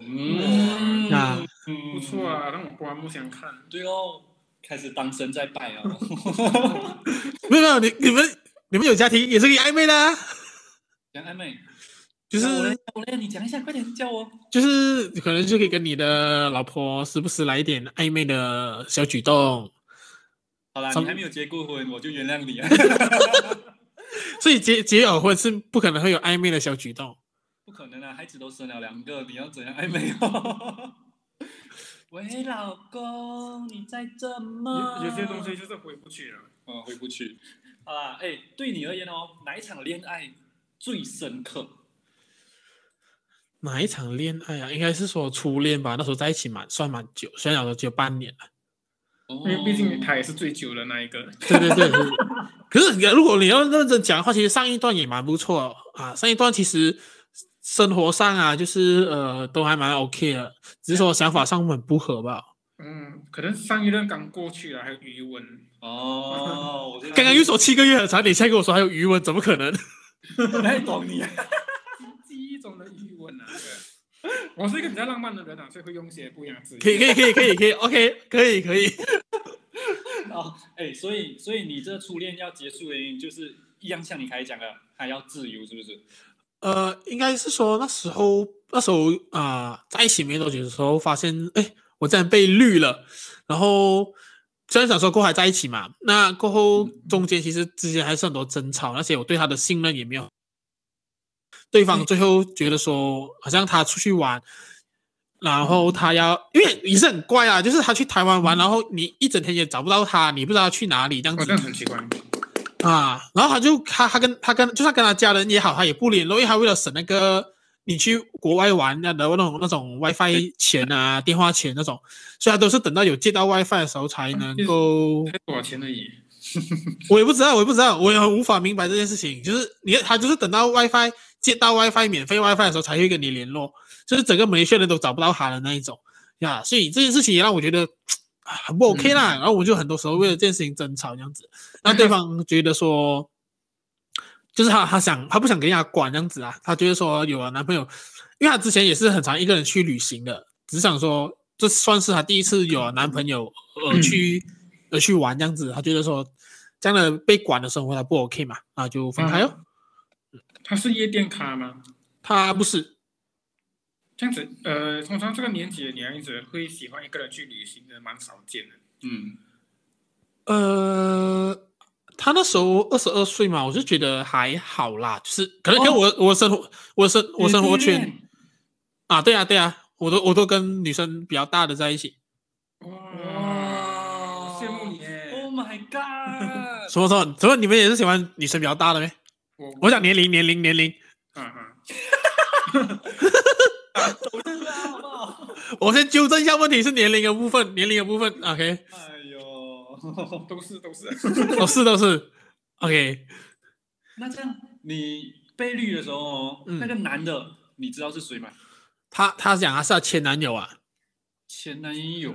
Speaker 2: 嗯，
Speaker 3: 啊
Speaker 1: 不错啊，让我刮目相看。
Speaker 2: 对哦，开始当神在拜哦。
Speaker 3: 没有没有，你你们你们有家庭也是可以暧昧的、啊，
Speaker 2: 讲暧昧，
Speaker 3: 就
Speaker 2: 我嘞
Speaker 3: 是
Speaker 2: 我嘞，你讲一下，快点叫我。
Speaker 3: 就是可能就可以跟你的老婆时不时来一点暧昧的小举动。
Speaker 2: 好啦，
Speaker 3: 什
Speaker 2: 你
Speaker 3: 么
Speaker 2: 还没有结过婚，我就原谅你 啊。
Speaker 3: 所以结结了婚是不可能会有暧昧的小举动。
Speaker 2: 不可能啊，孩子都生了两个，你要怎样暧昧哦？ 喂，老公，你在这吗？
Speaker 1: 有有些东西，就是回不去了。
Speaker 2: 嗯，回不去。好啦，哎，对你而言哦，哪一场恋爱最深刻？
Speaker 3: 哪一场恋爱啊？应该是说初恋吧，那时候在一起蛮算蛮久，虽然讲只有半年了。
Speaker 2: 因
Speaker 1: 因为毕竟他也是最久的那一个。
Speaker 3: 对对对。可是如果你要认真讲的话，其实上一段也蛮不错啊。上一段其实生活上啊，就是呃都还蛮 OK 的，只是说想法上我们不合吧。
Speaker 1: 嗯，可能上一任刚过去了，啊还有余温。
Speaker 2: 哦，我觉得
Speaker 3: 刚刚又说七个月很长，你现在跟我说还有余温，怎么可能？
Speaker 2: 不太懂你啊。
Speaker 1: 记忆中的余温啊， 对。我是一个比较浪漫的人啊，所以会用一些不一样的字眼。
Speaker 3: 可以可以可以可以可以，OK，可以可以。
Speaker 2: 哦，哎，所以所以你这初恋要结束的原因就是一样，像你开始讲的，他要自由，是不是？
Speaker 3: 呃，应该是说那时候那时候啊、在一起没多久的时候，发现哎，我竟然被绿了。然后虽然想说过后还在一起嘛，那过后中间其实之间还是很多争吵，而且我对他的信任也没有。对方最后觉得说，好像他出去玩，然后他要，因为也是很怪啊，就是他去台湾玩，然后你一整天也找不到他，你不知道他去哪里这样
Speaker 1: 哦，
Speaker 3: 子
Speaker 1: 这。样很奇怪。
Speaker 3: 啊，然后他就他他跟他跟就算跟他家人也好，他也不联络，因为他为了省那个你去国外玩的那种那种 WiFi 钱啊、电话钱那种，所以他都是等到有借到 WiFi 的时候才能够。
Speaker 1: 才多少钱而已？
Speaker 3: 我也不知道，我也不知道，我也很无法明白这件事情。就是你他就是等到 WiFi 借到 WiFi 免费 WiFi 的时候才会跟你联络，就是整个马来西亚人都找不到他的那一种呀。所以这件事情也让我觉得啊很不 OK 啦。然后我就很多时候为了这件事情争吵这样子，那对方觉得说，就是他他想他不想给人家管这样子啊，他觉得说有了男朋友，因为他之前也是很常一个人去旅行的，只想说这算是他第一次有了男朋友而去、而去玩这样子，他觉得说这样的被管的生活他不 OK 嘛，那就分开哦。
Speaker 1: 他是夜店咖吗？
Speaker 3: 他不是，
Speaker 1: 这样子，呃，通常这个年纪的女孩子会喜欢一个人去旅行的，蛮少见的。
Speaker 2: 嗯，
Speaker 3: 呃，他那时候二十二岁嘛，我就觉得还好啦，就是可能跟我、我生活我生我生活圈啊，对啊对啊，我都我都跟女生比较大的在一起，
Speaker 1: 哇，嗯羡慕你耶！
Speaker 2: Oh my god！
Speaker 3: 什么时候什么你们也是喜欢女生比较大的呗？
Speaker 1: 我
Speaker 3: 我讲年龄年龄年龄，
Speaker 1: 啊啊，
Speaker 2: 不知道啊好不好？
Speaker 3: 我先纠正一下问题是年龄的部分，年龄的部分，OK，
Speaker 2: 哎呦，
Speaker 1: 都是都是。
Speaker 3: 哦是都是，OK，
Speaker 2: 那这样你被绿的时候哦，
Speaker 3: 嗯
Speaker 2: 那个男的你知道是谁吗？
Speaker 3: 他他讲他是他前男友啊。
Speaker 2: 前男友。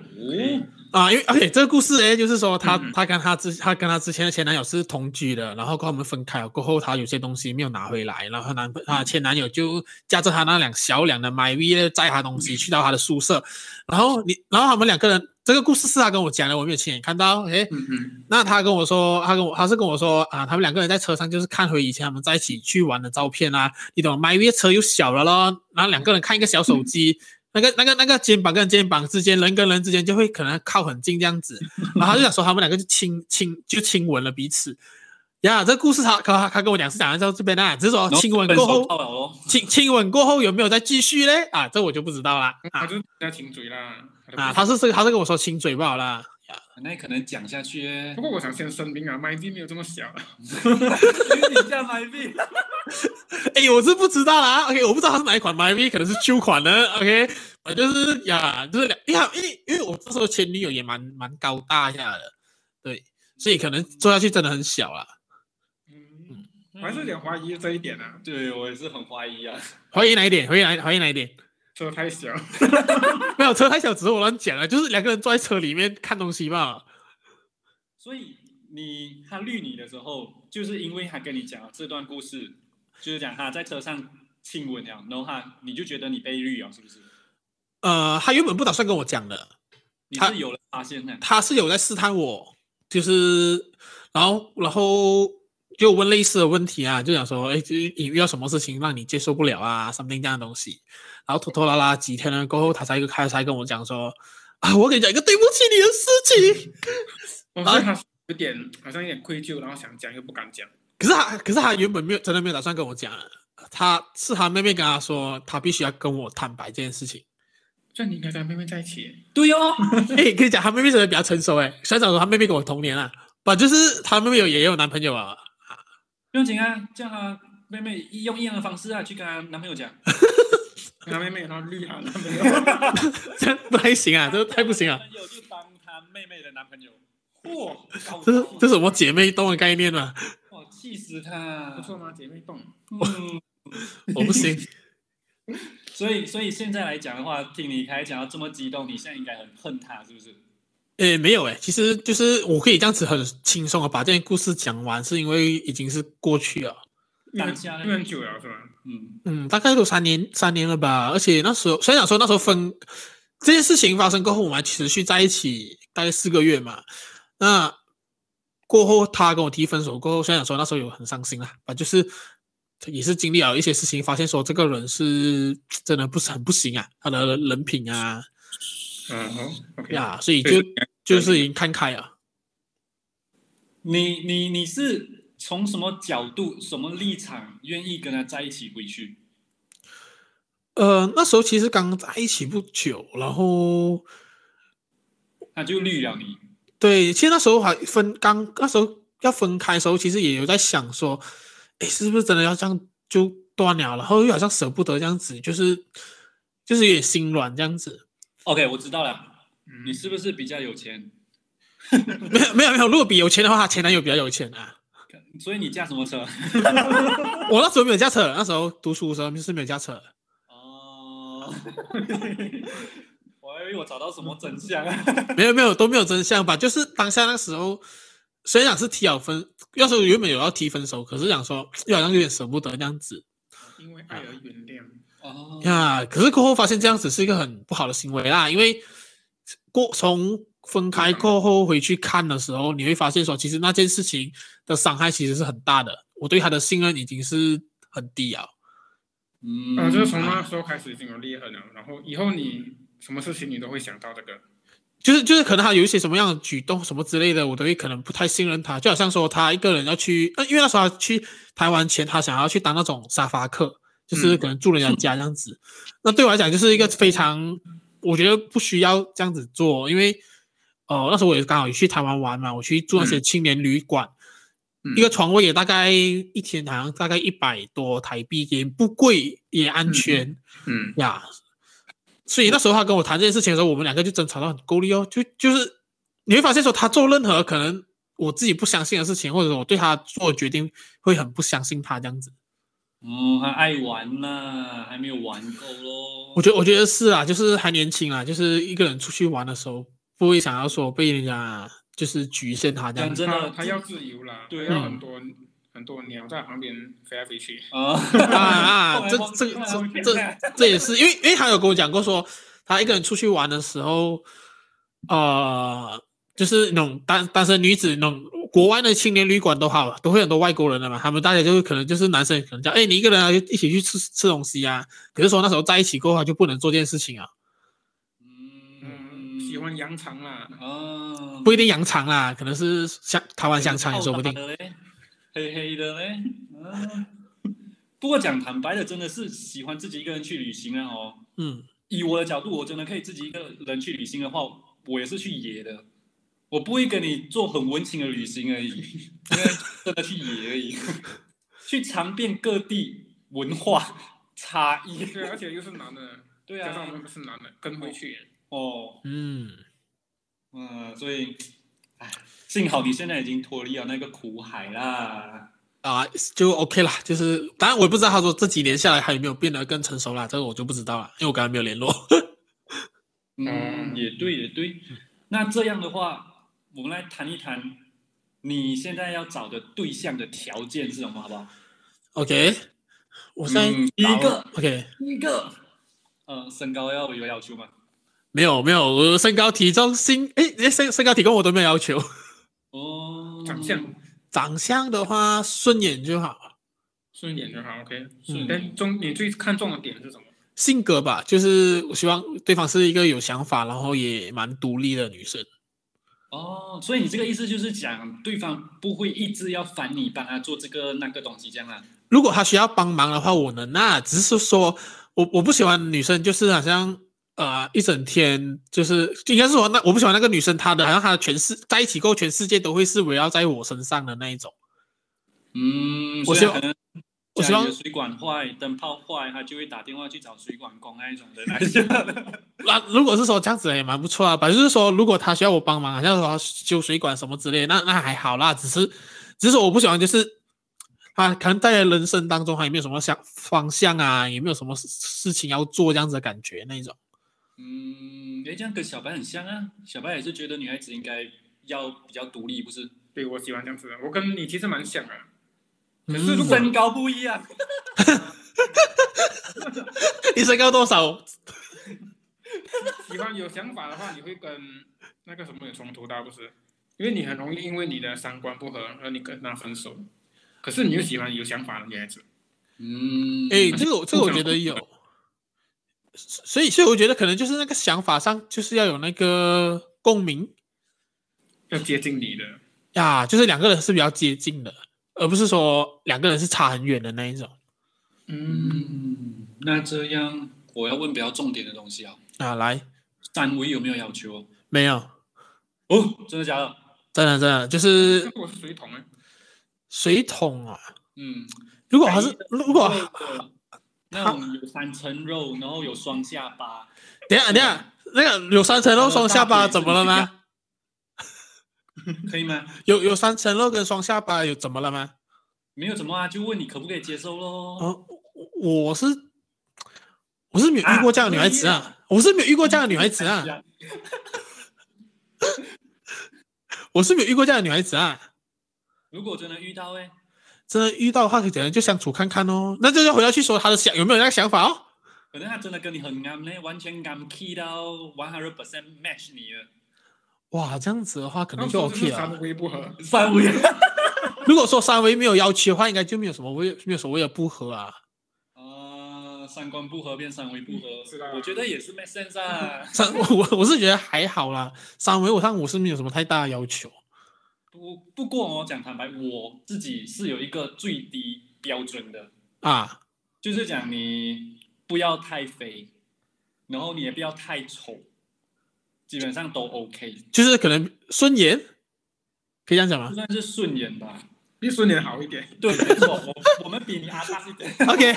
Speaker 3: 啊，因为而且这个故事哎，就是说她
Speaker 1: 嗯
Speaker 3: 她跟她之她跟她之前的前男友是同居的，然后跟我们分开了过后，她有些东西没有拿回来，然后她男朋她前男友就驾着她那辆小辆的 My V 载她东西去到她的宿舍，然后你然后他们两个人这个故事是她跟我讲的，我没有亲眼看到哎，
Speaker 1: 嗯嗯，
Speaker 3: 那她跟我说，她跟我她是跟我说啊，他们两个人在车上就是看回以前他们在一起去玩的照片啊，你懂 My V 车又小了咯，然后两个人看一个小手机。
Speaker 2: 嗯
Speaker 3: 那个、那个、那个肩膀跟肩膀之间，人跟人之间就会可能靠很近这样子，然后他就想说他们两个就亲亲就亲吻了彼此。呀，这故事他他他跟我讲是讲到这边啊，只是说
Speaker 2: 然后
Speaker 3: 亲吻
Speaker 2: 分
Speaker 3: 过
Speaker 2: 手
Speaker 3: 后，
Speaker 2: 到了哦，
Speaker 3: 亲亲吻过后有没有再继续嘞？啊，这我就不知道啦。
Speaker 1: 他
Speaker 3: 啊
Speaker 1: 就是比较亲嘴啦。
Speaker 3: 啊，他是这个他是跟我说亲嘴不好啦。
Speaker 2: 那可能讲下去耶
Speaker 1: 不，过我想先声明啊，麦地没有这么小。
Speaker 2: 因为你这样埋币。
Speaker 3: 哎，我是不知道啦。OK，我不知道它是哪一款 MyV，可能是旧款呢。OK，反正就是呀，就是两，因为因为因为我这时候前女友也蛮蛮高大一下的，对，所以可能做下去真的很小啦。
Speaker 1: 嗯，我还是有点怀疑这一点啊，
Speaker 2: 对我也是很怀疑啊。
Speaker 3: 怀疑哪一点？怀疑哪？怀疑哪一点？
Speaker 1: 车太小。
Speaker 3: 没有车太小，只是我乱讲啊，就是两个人坐在车里面看东西嘛。
Speaker 2: 所以你他绿你的时候，就是因为他跟你讲了这段故事，就是讲他在车上亲吻了，然后他你就觉得你被绿了，是不是？
Speaker 3: 呃，他原本不打算跟我讲的，
Speaker 2: 你
Speaker 3: 他
Speaker 2: 是有人发现的，
Speaker 3: 他是有在试探我，就是然后然后就问类似的问题啊，就想说，哎，就是你遇到什么事情让你接受不了啊，something 这样的东西，然后拖拖拉拉几天了过后，他才开才跟我讲说，啊，我跟你讲一个对不起你的事情，
Speaker 1: 我
Speaker 3: 啊
Speaker 1: 觉得他有点好像有点愧疚，然后想讲又不敢讲。
Speaker 3: 可是他，可是他原本没有真的没有打算跟我讲，他是他妹妹跟他说，他必须要跟我坦白这件事情。
Speaker 1: 这样你应该跟妹妹在一起，
Speaker 2: 对哦，
Speaker 3: 哎、可以讲他妹妹真的比较成熟哎，虽然讲说他妹妹跟我同年啊，不就是他妹妹有也有男朋友啊，
Speaker 2: 不用紧啊，叫他妹妹一用一样的方式啊，去跟她男朋友讲，
Speaker 1: 跟他妹妹然后绿她男朋友。
Speaker 3: 这样不太行啊，这太不行啊，
Speaker 2: 男朋友就当他妹妹的男朋友，
Speaker 1: 嚯、
Speaker 2: 搞
Speaker 3: 这是
Speaker 2: 到
Speaker 3: 这是什么姐妹洞的概念啊？
Speaker 2: 我气死他，
Speaker 1: 不错吗？姐妹洞，
Speaker 2: 嗯。
Speaker 3: 我不行，
Speaker 2: 所以，所以现在来讲的话，听你开讲到这么激动，你现在应该很恨他，是不是？
Speaker 3: 诶，没有诶，其实就是我可以这样子很轻松的把这件故事讲完，是因为已经是过去了。
Speaker 1: 因为
Speaker 2: 当下
Speaker 1: 因为很久了是吧？
Speaker 2: 嗯，
Speaker 3: 嗯，大概都三年三年了吧。而且那时候虽然讲说那时候分这件事情发生过后，我们还持续在一起大概四个月嘛。那过后他跟我提分手过后，虽然讲说那时候有很伤心啦，啊，就是也是经历了一些事情，发现说这个人是真的不是很不行啊，他的人品啊
Speaker 1: 嗯，好，OK。
Speaker 3: 呀，所以
Speaker 1: 所以
Speaker 3: 就是
Speaker 1: 你
Speaker 3: 就是已经看开了。
Speaker 2: 你你你是从什么角度、什么立场愿意跟他在一起回去？
Speaker 3: 呃，那时候其实刚在一起不久，然后
Speaker 2: 他就绿了你，
Speaker 3: 对，其实那时候还分刚那时候要分开的时候，其实也有在想说，哎，是不是真的要这样就断了？然后又好像舍不得这样子，就是就是有点心软这样子。
Speaker 2: OK，我知道了，
Speaker 1: 嗯
Speaker 2: 你是不是比较有钱？
Speaker 3: 没有没有没有，如果比有钱的话，她前男友比较有钱啊。
Speaker 2: 所以你驾什么车？
Speaker 3: 我那时候没有驾车，那时候读书的时候是没有驾车。
Speaker 2: 哦， 我还以为我找到什么真相。啊
Speaker 3: 没有没有都没有真相吧，就是当下那时候，虽然讲是提了分，要是原本有要提分手，可是想说又好像有点舍不得这样子
Speaker 1: 因为爱而原谅。
Speaker 2: 哦，
Speaker 3: 呀。可是过后发现这样子是一个很不好的行为啦，因为过从分开过后回去看的时候，你会发现说，其实那件事情的伤害其实是很大的，我对他的信任已经是很低了。
Speaker 2: 嗯
Speaker 1: 嗯，就是从那时候开始已经有裂痕了，然后以后你什么事情你都会想到这个。
Speaker 3: 就是就是可能他有一些什么样的举动什么之类的，我都会可能不太信任他。就好像说他一个人要去，呃，因为那时候他去台湾前，他想要去当那种沙发客，就是
Speaker 1: 嗯
Speaker 3: 可能住人家家这样子。那对我来讲就是一个非常，我觉得不需要这样子做，因为呃那时候我也刚好也去台湾玩嘛，我去住那些青年旅馆，
Speaker 1: 嗯
Speaker 3: 一个床位也大概一天好像大概一百多台币，也不贵也安全。
Speaker 1: 嗯，
Speaker 3: 呀。所以那时候他跟我谈这件事情的时候，我们两个就争吵到很够力哦。就就是你会发现说，他做任何可能我自己不相信的事情，或者我对他做的决定会很不相信他这样子。
Speaker 2: 哦，他爱玩呐、还没有玩够咯。
Speaker 3: 我觉得我觉得是啊，就是还年轻啊，就是一个人出去玩的时候，不会想要说被人家就是局限他这样
Speaker 2: 讲
Speaker 3: 子
Speaker 2: 真的
Speaker 1: 他， 他要自由啦，
Speaker 2: 对
Speaker 1: 他要
Speaker 3: 嗯
Speaker 1: 很多很多鸟在旁边飞来飞去。
Speaker 2: 啊
Speaker 3: 啊啊，这这
Speaker 2: 后来忘记
Speaker 3: 这
Speaker 2: 了
Speaker 3: 这这也是因为因为他有跟我讲过说，他一个人出去玩的时候，呃，就是那种单单身女子那种国外的青年旅馆都好，都会很多外国人的嘛，他们大家就是可能就是男生可能叫哎你一个人啊就一起去吃吃东西啊，可是说那时候在一起过后他就不能做这件事情啊，
Speaker 2: 嗯
Speaker 1: 嗯，喜欢扬长啦，
Speaker 2: 啊，
Speaker 3: 不一定扬长啦，可能是香台湾香肠也说不定。
Speaker 2: 泡打的嘞，黑黑的嘞，嗯。不过讲坦白的，真的是喜欢自己一个人去旅行啊哦。
Speaker 3: 嗯，
Speaker 2: 以我的角度，我真的可以自己一个人去旅行的话，我也是去野的。我不会跟你做很温情的旅行而已，因为真的去野而 已，去尝遍各地文化差异。
Speaker 1: 对啊，而且又是男的，
Speaker 2: 对
Speaker 1: 加上我
Speaker 2: 啊，
Speaker 1: 们不是男的，跟回去。
Speaker 2: 哦，
Speaker 3: 嗯，
Speaker 2: 嗯，所以，唉，幸好你现在已经脱离了那个苦海啦。
Speaker 3: 啊、就 OK 啦，就是当然我也不知道他说这几年下来还有没有变得更成熟啦，这个我就不知道了，因为我跟他没有联络。
Speaker 2: 嗯，
Speaker 1: 嗯
Speaker 2: 也对，也对。那这样的话，我们来谈一谈你现在要找的对象的条件是什么，好不好？
Speaker 3: OK，我现在
Speaker 2: 嗯第一
Speaker 3: 打
Speaker 2: 个
Speaker 3: 了 OK，
Speaker 2: 第一个，呃，身高要有要求吗？
Speaker 3: 没有没有，我身高体重心诶，连身身高体重我都没有要求，
Speaker 2: 哦，
Speaker 1: 长相
Speaker 3: 长相的话顺眼就好，
Speaker 1: 顺眼就好，OK。顺但中你最看重的点是什么？
Speaker 3: 性格吧，就是我希望对方是一个有想法，然后也蛮独立的女生。
Speaker 2: 哦，所以你这个意思就是讲对方不会一直要烦你帮他做这个那个东西这样啦。
Speaker 3: 如果他需要帮忙的话，我能啊，只是说我我不喜欢女生，就是好像呃一整天就是应该是说那我不喜欢那个女生，她的好像她的全世在一起过后，全世界都会是围绕在我身上的那一种。
Speaker 2: 嗯，所
Speaker 3: 我
Speaker 2: 以
Speaker 3: 希望
Speaker 2: 可能
Speaker 3: 我
Speaker 2: 家
Speaker 3: 希
Speaker 2: 里
Speaker 3: 望
Speaker 2: 的水管坏、灯泡坏，他就会打电话去找水管工那一种的。那一种的
Speaker 3: 那、啊如果是说这样子也蛮不错啊，反正就是说如果他需要我帮忙，好像说修水管什么之类，那那还好啦，只是只是说我不喜欢就是他可能在人生当中他也没有什么想方向啊，也没有什么事事情要做这样子的感觉那一种。
Speaker 2: 嗯，哎，这样跟小白很像啊。小白也是觉得女孩子应该要比较独立，不是？
Speaker 1: 对我喜欢这样子的，我跟你其实蛮像的。可是
Speaker 3: 嗯
Speaker 1: 如果
Speaker 2: 身高不一样，
Speaker 3: 你身高多少？
Speaker 1: 喜欢有想法的话，你会跟那个什么有冲突的，不是？因为你很容易因为你的三观不合，而你跟他分手。可是你又喜欢有想法的女孩子，
Speaker 2: 嗯，
Speaker 3: 哎，这个我这个我觉得有，所以所以我觉得可能就是那个想法上就是要有那个共鸣
Speaker 1: 要接近你的。
Speaker 3: 呀，就是两个人是比较接近的，而不是说两个人是差很远的那一种
Speaker 1: 嗯，
Speaker 2: 嗯，那这样我要问比较重点的东西啊，
Speaker 3: 啊。来，
Speaker 2: 三围有没有要求哦？
Speaker 3: 没有，
Speaker 2: 哦，真的假的？
Speaker 3: 真的真的就是
Speaker 1: 但是我是水桶哎，
Speaker 3: 水桶啊。
Speaker 2: 嗯，
Speaker 3: 如果还是如果
Speaker 2: 那种有三层肉，然后有双下巴，
Speaker 3: 等一下等一下那个有三层肉双下巴怎么了吗？
Speaker 2: 可以吗？
Speaker 3: 有有三层肉跟双下巴有怎么了吗？
Speaker 2: 没有什么啊，就问你可不可以接受咯。
Speaker 3: 哦，我我是我是没有遇过这样的女孩子啊，我是没有遇过这样的女孩子啊。我是没有遇过这样的女孩子啊，
Speaker 2: 如果真的遇到哎、
Speaker 3: 真的遇到的话，可能就相处看看哦。那就要回到去说她的想有没有那个想法哦。
Speaker 2: 可能他真的跟你很啱呢，完全啱 key 到 one hundred percent match 你了。
Speaker 3: 哇，这样子的话可能
Speaker 1: 那
Speaker 3: 就
Speaker 1: 说
Speaker 3: OK
Speaker 1: 是
Speaker 3: 了。
Speaker 1: 三围不合，
Speaker 2: 三围
Speaker 3: 如果说三维没有要求的话，应该就没有什么谓没有所谓的不合啊。
Speaker 2: 啊，三观不合变三围不合，
Speaker 1: 是啦
Speaker 2: 我觉得也是 make sense 啊。
Speaker 3: 三我我是觉得还好啦，三维我上我是没有什么太大的要求。
Speaker 2: 不不过我讲坦白，我自己是有一个最低标准的，
Speaker 3: 啊，
Speaker 2: 就是讲你不要太肥，然后你也不要太丑，基本上都 OK，
Speaker 3: 就是可能顺眼，可以这样讲
Speaker 2: 就
Speaker 3: 吗
Speaker 2: 算是顺眼吧。
Speaker 1: 比顺眼好一点。
Speaker 2: 对，没错，我我 们比你阿大一点。
Speaker 3: ？OK，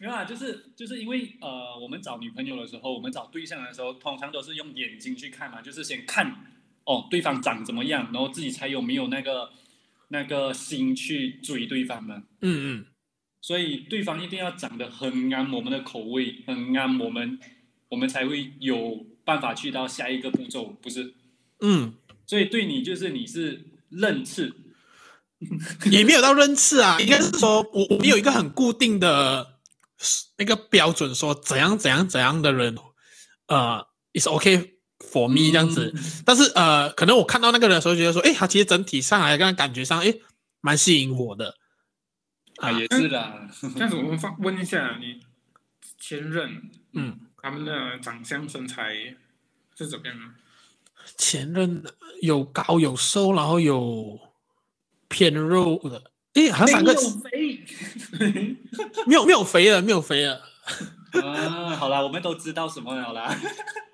Speaker 2: 没有啊，就是就是因为呃，我们找女朋友的时候，我们找对象的时候，通常都是用眼睛去看嘛，就是先看哦对方长怎么样，然后自己才有没有那个那个心去追对方嘛。
Speaker 3: 嗯嗯，
Speaker 2: 所以对方一定要长得很啱我们的口味，很啱我们，我们才会有办法去到下一个步骤，不是？
Speaker 3: 嗯，
Speaker 2: 所以对你就是你是认次，
Speaker 3: 也没有到认识啊，应该是说我我们有一个很固定的呃那个标准，说怎样怎样怎样的人，呃，is OK for me 这样子。
Speaker 2: 嗯
Speaker 3: 但是呃，可能我看到那个人的时候，觉得说，诶，他其实整体上来让人感觉上，诶，蛮吸引我的。
Speaker 2: 啊， 也是啦，
Speaker 1: 这样子我们放问一下你前任，
Speaker 3: 嗯，
Speaker 1: 他们的长相身材是怎么样啊？
Speaker 3: 前任有高有瘦，然后有偏肉的，诶，好像三个
Speaker 2: 肥
Speaker 3: 没有没有肥的，没有肥的，
Speaker 2: 啊，好啦，我们都知道什么了啦。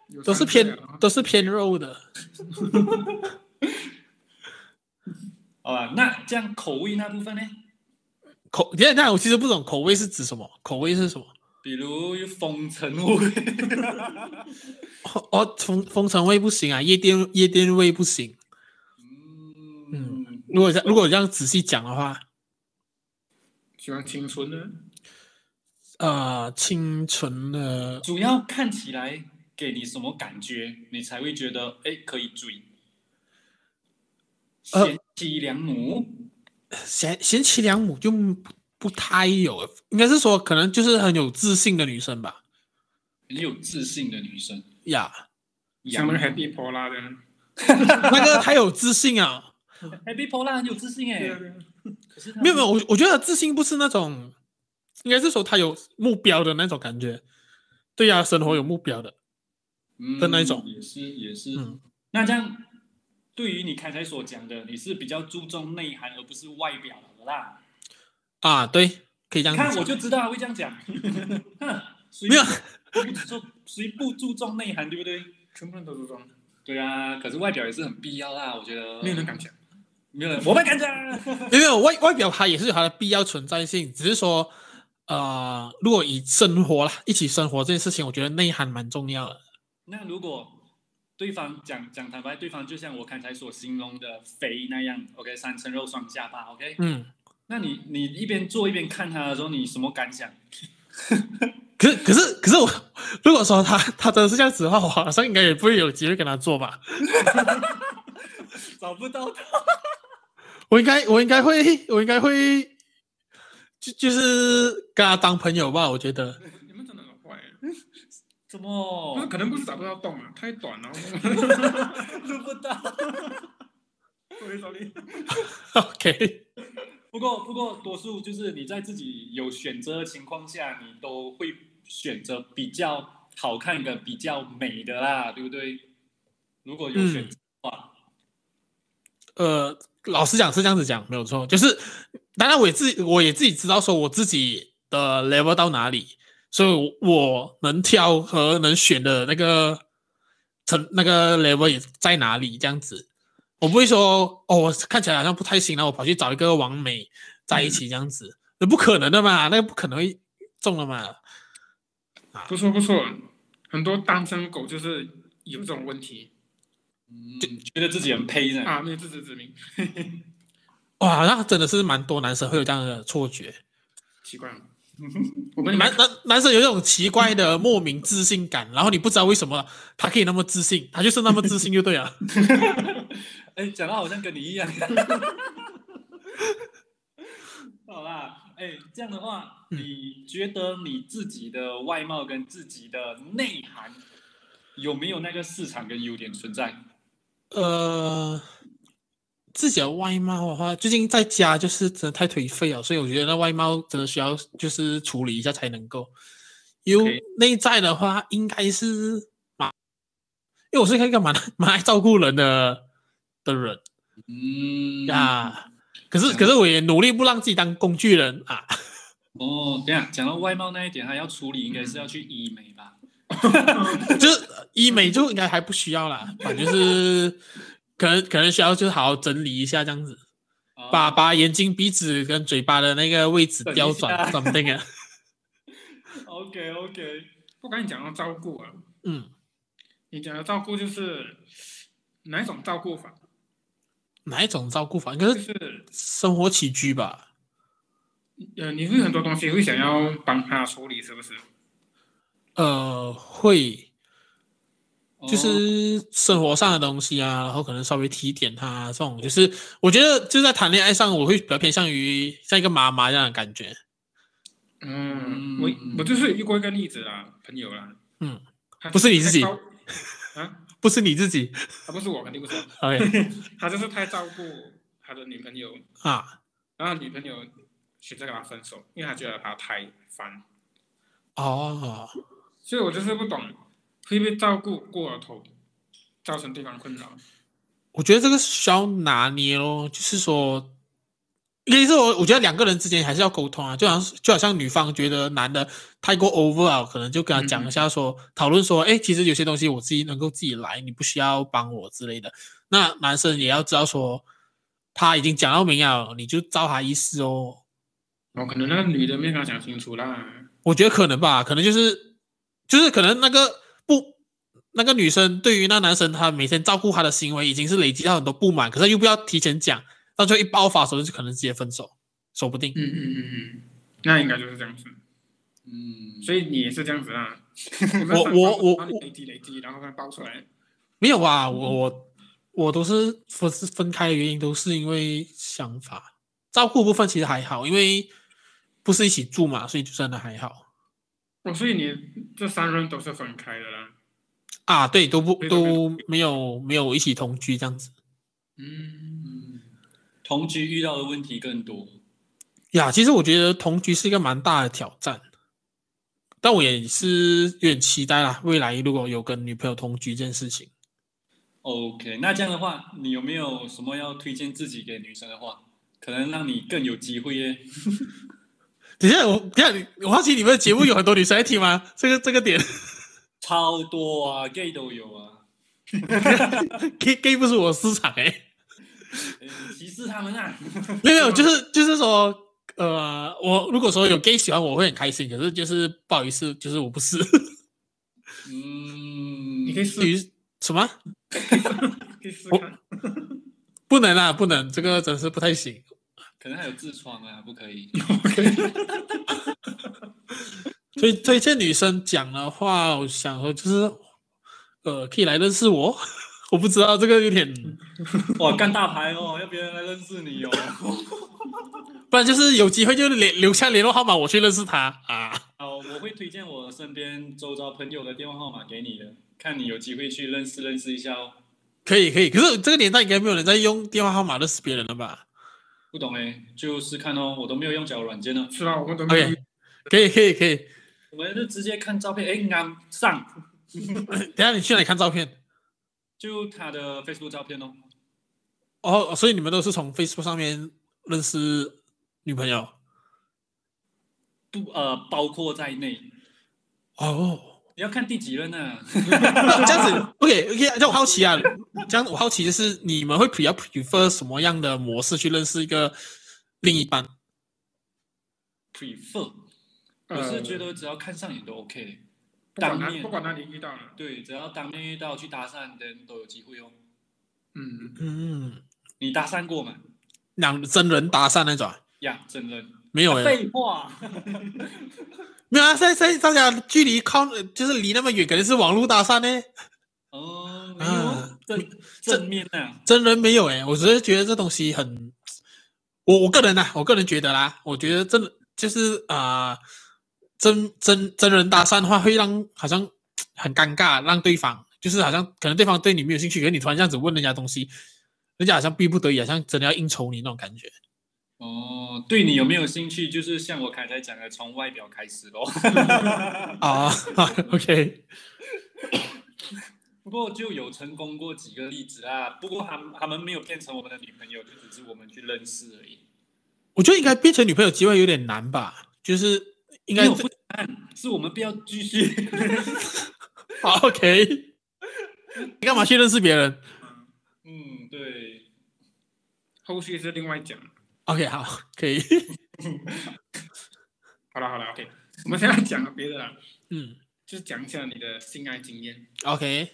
Speaker 1: 有
Speaker 3: 都是
Speaker 1: 三个
Speaker 3: 偏
Speaker 1: 啊
Speaker 3: 都是偏肉的。
Speaker 2: 好吧，那这样口味那部分呢？
Speaker 3: 口，等一下等一下，我其实不懂口味是指什么，口味是什么？
Speaker 2: 比如风尘味，
Speaker 3: 哦，哦风风尘味不行啊，夜店夜店味不行。
Speaker 2: 嗯，
Speaker 3: 如果这如果这样仔细讲的话，
Speaker 1: 喜欢青春的，
Speaker 3: 呃，清纯的
Speaker 2: 主要看起来给你什么感觉，你才会觉得哎可以追。
Speaker 3: 呃
Speaker 2: 贤妻良母，
Speaker 3: 贤贤妻良母就不不太有，应该是说可能就是很有自信的女生吧。
Speaker 2: 很有自信的女生，
Speaker 3: 呀
Speaker 1: 相当
Speaker 3: 嗯
Speaker 1: 于 Happy Pola 这样。
Speaker 3: 那个他有自信啊。
Speaker 2: Happy Pola 很有自信哎、
Speaker 1: 对啊对啊
Speaker 2: 可是他
Speaker 3: 没有没有，我我觉得自信不是那种，应该是说他有目标的那种感觉。对呀、生活有目标的。
Speaker 2: 嗯
Speaker 3: 的那一种
Speaker 2: 也是也是。
Speaker 3: 嗯
Speaker 2: 那这样，对于你刚才所讲的，你是比较注重内涵而不是外表的啦。
Speaker 3: 啊，对，可以这样
Speaker 2: 你
Speaker 3: 子
Speaker 2: 看
Speaker 3: 讲。
Speaker 2: 我就知道他会这样讲， 哼谁
Speaker 3: 没有
Speaker 2: 不注谁不注重内涵，对不对？
Speaker 1: 全部人都是装，
Speaker 2: 对啊，可是外表也是很必要啦，我觉得。
Speaker 1: 没有人敢讲。
Speaker 2: 没有人，我们敢讲。
Speaker 3: 没有没有外外表，它也是有它的必要存在性，只是说，呃，如果以生活啦，一起生活这件事情，我觉得内涵蛮重要的。
Speaker 2: 那如果对方讲讲坦白，对方就像我刚才所形容的肥那样，OK，三层肉双下巴，OK，
Speaker 3: 嗯，
Speaker 2: 那你你一边做一边看他的时候，你什么感想？
Speaker 3: 可是可是可是我如果说他他真的是这样子的话，我好像应该也不会有机会跟他做吧。
Speaker 2: 找不到 他，
Speaker 3: 我应该我应该会我应该会就就是跟他当朋友吧，我觉得。
Speaker 1: 呃你们真的很坏，
Speaker 2: 怎
Speaker 1: 那
Speaker 2: 么
Speaker 1: 可能不是找不到洞啊，太短 了。
Speaker 2: 录不到？
Speaker 1: sorry sorry，
Speaker 3: OK，
Speaker 2: 不过不过，多数就是你在自己有选择的情况下，你都会选择比较好看的、比较美的啦，对不对？如果有选择的话，
Speaker 3: 呃，老实讲是这样子讲没有错，就是当然我也自己我也自己知道说我自己的 level 到哪里，所以我能挑和能选的那个成那个 level 也在哪里这样子。我不会说哦，我看起来好像不太行，然后我跑去找一个完美在一起这样子，那不可能的嘛，那个不可能会中的嘛。
Speaker 1: 不错不错，很多单身狗就是有这种问题
Speaker 2: 嗯，觉得自己很配呢。
Speaker 1: 啊，没有自知之明，
Speaker 3: 哇，那真的是蛮多男生会有这样的错觉，
Speaker 1: 奇怪吗？我跟你们
Speaker 3: 男男男生有一种奇怪的莫名自信感，然后你不知道为什么他可以那么自信，他就是那么自信就对了。
Speaker 2: 哎，讲的好像跟你一样。 好啦，哎，这样的话，
Speaker 3: 嗯
Speaker 2: 你觉得你自己的外貌跟自己的内涵有没有那个市场跟优点存在？
Speaker 3: 呃，自己的外貌的话，最近在家就是真的太颓废了，所以我觉得那外貌真的需要就是处理一下才能够。因为
Speaker 1: OK
Speaker 3: 内在的话，应该是蛮，因为我是一个蛮 蛮爱照顾人的的人
Speaker 2: 嗯，
Speaker 3: 啊。可是，可是我也努力不让自己当工具人啊。
Speaker 2: 哦，等一下讲到外貌那一点，还要处理，应该是要去医美吧？
Speaker 3: 就是医美就应该还不需要啦，反正就是可能可能需要就是好好整理一下这样子，
Speaker 2: 哦
Speaker 3: 把把眼睛、鼻子跟嘴巴的那个位置
Speaker 2: 整一
Speaker 3: 调转
Speaker 2: 下
Speaker 3: something 啊，
Speaker 2: OK OK，
Speaker 1: 不跟你讲到照顾啊，
Speaker 3: 嗯，
Speaker 1: 你讲的照顾就是哪一种照顾法？
Speaker 3: 哪一种照顾法？应该
Speaker 1: 就是是
Speaker 3: 生活起居吧。
Speaker 1: 呃，你会很多东西会想要帮他处理，是不是？
Speaker 3: 呃，会
Speaker 2: 哦
Speaker 3: 就是生活上的东西啊，然后可能稍微提点他、啊这种，就是我觉得就是在谈恋爱上，我会比较偏向于像一个妈妈这样的感觉。
Speaker 1: 嗯，我我就是遇过一个例子啊，朋友啦，
Speaker 3: 嗯
Speaker 1: 他，
Speaker 3: 不是你自己
Speaker 1: 太照啊？
Speaker 3: 不是你自己
Speaker 1: 他不是我，肯定不是我，
Speaker 3: ，OK
Speaker 1: 他就是太照顾他的女朋友，
Speaker 3: 啊
Speaker 1: 然后女朋友选择跟他分手，因为他觉得他太烦，
Speaker 3: 哦，
Speaker 1: 所以我就是不懂会不会照顾过了头，造成对方困扰。
Speaker 3: 我觉得这个是需要拿捏咯，就是说，应该是我我觉得两个人之间还是要沟通啊，就好像是就好像女方觉得男的太过 over 啊，可能就跟他讲一下说，讨论说，哎，其实有些东西我自己能够自己来，你不需要帮我之类的。那男生也要知道说，他已经讲到明了，你就照他意思哦。
Speaker 1: 哦，可能那个女的没跟他讲清楚啦。
Speaker 3: 我觉得可能吧，可能就是就是可能那个不那个女生对于那男生他每天照顾她的行为已经是累积到很多不满，可是又不要提前讲，到最后一爆发的时候就可能直接分手，说不定。
Speaker 1: 嗯嗯嗯嗯，那应该就是这样子。
Speaker 2: 嗯，
Speaker 1: 所以你也是这样子啊？
Speaker 3: 我我我
Speaker 1: 然后你累积累积，然后再爆出来。
Speaker 3: 没有啊，
Speaker 1: 嗯
Speaker 3: 我我我都是分分开的原因都是因为想法，照顾部分其实还好，因为不是一起住嘛，所以就真的还好。
Speaker 1: 哦，所以你这三任都是分开的啦。
Speaker 3: 啊，对，都不
Speaker 1: 对对对
Speaker 3: 都没有没有一起同居这样子
Speaker 1: 嗯，
Speaker 2: 嗯，同居遇到的问题更多。
Speaker 3: 呀。其实我觉得同居是一个蛮大的挑战，但我也是有点期待啦，未来如果有跟女朋友同居这件事情。
Speaker 2: OK，那这样的话，你有没有什么要推荐自己给女生的话，可能让你更有机会耶？
Speaker 3: 等一下，我等一下，我好奇你们的节目有很多女生在听吗？这个这个点
Speaker 2: 超多啊，gay 都有啊，
Speaker 3: ，gay gay 不是我的市场哎、
Speaker 2: 呃歧视他们啊。
Speaker 3: 没有没有，就是就是说，呃，我如果说有 gay 喜欢我，我会很开心，可是就是不好意思，就是我不是。
Speaker 2: 嗯，
Speaker 1: 你可以试
Speaker 3: 至，于什么
Speaker 1: 可以试
Speaker 3: 嗯我
Speaker 1: 看。
Speaker 3: 不能啊，不能，这个真是不太行。
Speaker 2: 可能还有痔疮啊，不可以。
Speaker 3: 推推荐女生讲的话，我想说就是，呃，可以来认识我。 我不知道这个有点，
Speaker 2: 哇，干大牌哦，要别人来认识你哦。
Speaker 3: 不然就是有机会就联留下联络号码，我去认识她啊。
Speaker 2: 好，我会推荐我身边周遭朋友的电话号码给你的，看你有机会去认识认识一下哦。
Speaker 3: 可以可以，可是这个年代应该没有人在用电话号码认识别人了吧？
Speaker 2: 不懂哎，就是看哦，我都没有用交友软件呢，
Speaker 1: 是吧？我们都没有
Speaker 3: OK 可以可以可以，
Speaker 2: 我们就直接看照片，哎，刚上
Speaker 3: 等一下你去哪里看照片？
Speaker 2: 就他的 Facebook 照片哦。
Speaker 3: 哦，所以你们都是从 Facebook 上面认识女朋友？
Speaker 2: 不呃，包括在内。
Speaker 3: 哦，
Speaker 2: 你要看第几任啊呢、
Speaker 3: 这样子 OK OK，这样我好奇啊，这样我好奇就是你们会比较 prefer 什么样的模式去认识一个另一半？
Speaker 2: p r e f e r
Speaker 1: 呃
Speaker 2: 我是觉得只要看上眼都 OK，
Speaker 1: 不管
Speaker 2: 当
Speaker 1: 哪
Speaker 2: 面
Speaker 1: 不管哪里遇到了，
Speaker 2: 对，只要当面遇到去搭讪的人都有机会哦。
Speaker 1: 嗯，
Speaker 3: 嗯，
Speaker 2: 你搭讪过吗？
Speaker 3: 两真人搭讪那种啊？
Speaker 2: 呀，真人。
Speaker 3: 没有诶、
Speaker 2: 废话，
Speaker 3: 没有啊，现在现在大家距离靠就是离那么远，肯定是网络搭讪呢、
Speaker 2: 哦，没有
Speaker 3: 啊
Speaker 2: 哦正正面啊，
Speaker 3: 真人没有诶、欸我只是觉得这东西很，我我个人啊，我个人觉得啦，我觉得真的就是啊、呃真真真人搭讪的话，会让好像很尴尬，让对方就是好像可能对方对你没有兴趣，可是你突然这样子问人家东西，人家好像逼不得已，好啊像真的要应酬你那种感觉。
Speaker 2: 哦，对你有没有兴趣？就是像我刚才讲的，从外表开始咯。
Speaker 3: 啊、o k
Speaker 2: 不过就有成功过几个例子啊，不过他们他们没有变成我们的女朋友，就只是我们去认识而已。
Speaker 3: 我觉得应该变成女朋友机会有点难吧，就是应该
Speaker 2: 没有不难，是我们不要继续。
Speaker 3: 好 OK，你干嘛去认识别人
Speaker 2: 嗯，对，
Speaker 1: 后续是另外讲。
Speaker 3: ？OK，好，可以，
Speaker 1: 好了好了，OK，我们现在讲别的啦，
Speaker 3: 嗯
Speaker 1: 就是讲一下你的性爱经验。
Speaker 3: ，OK。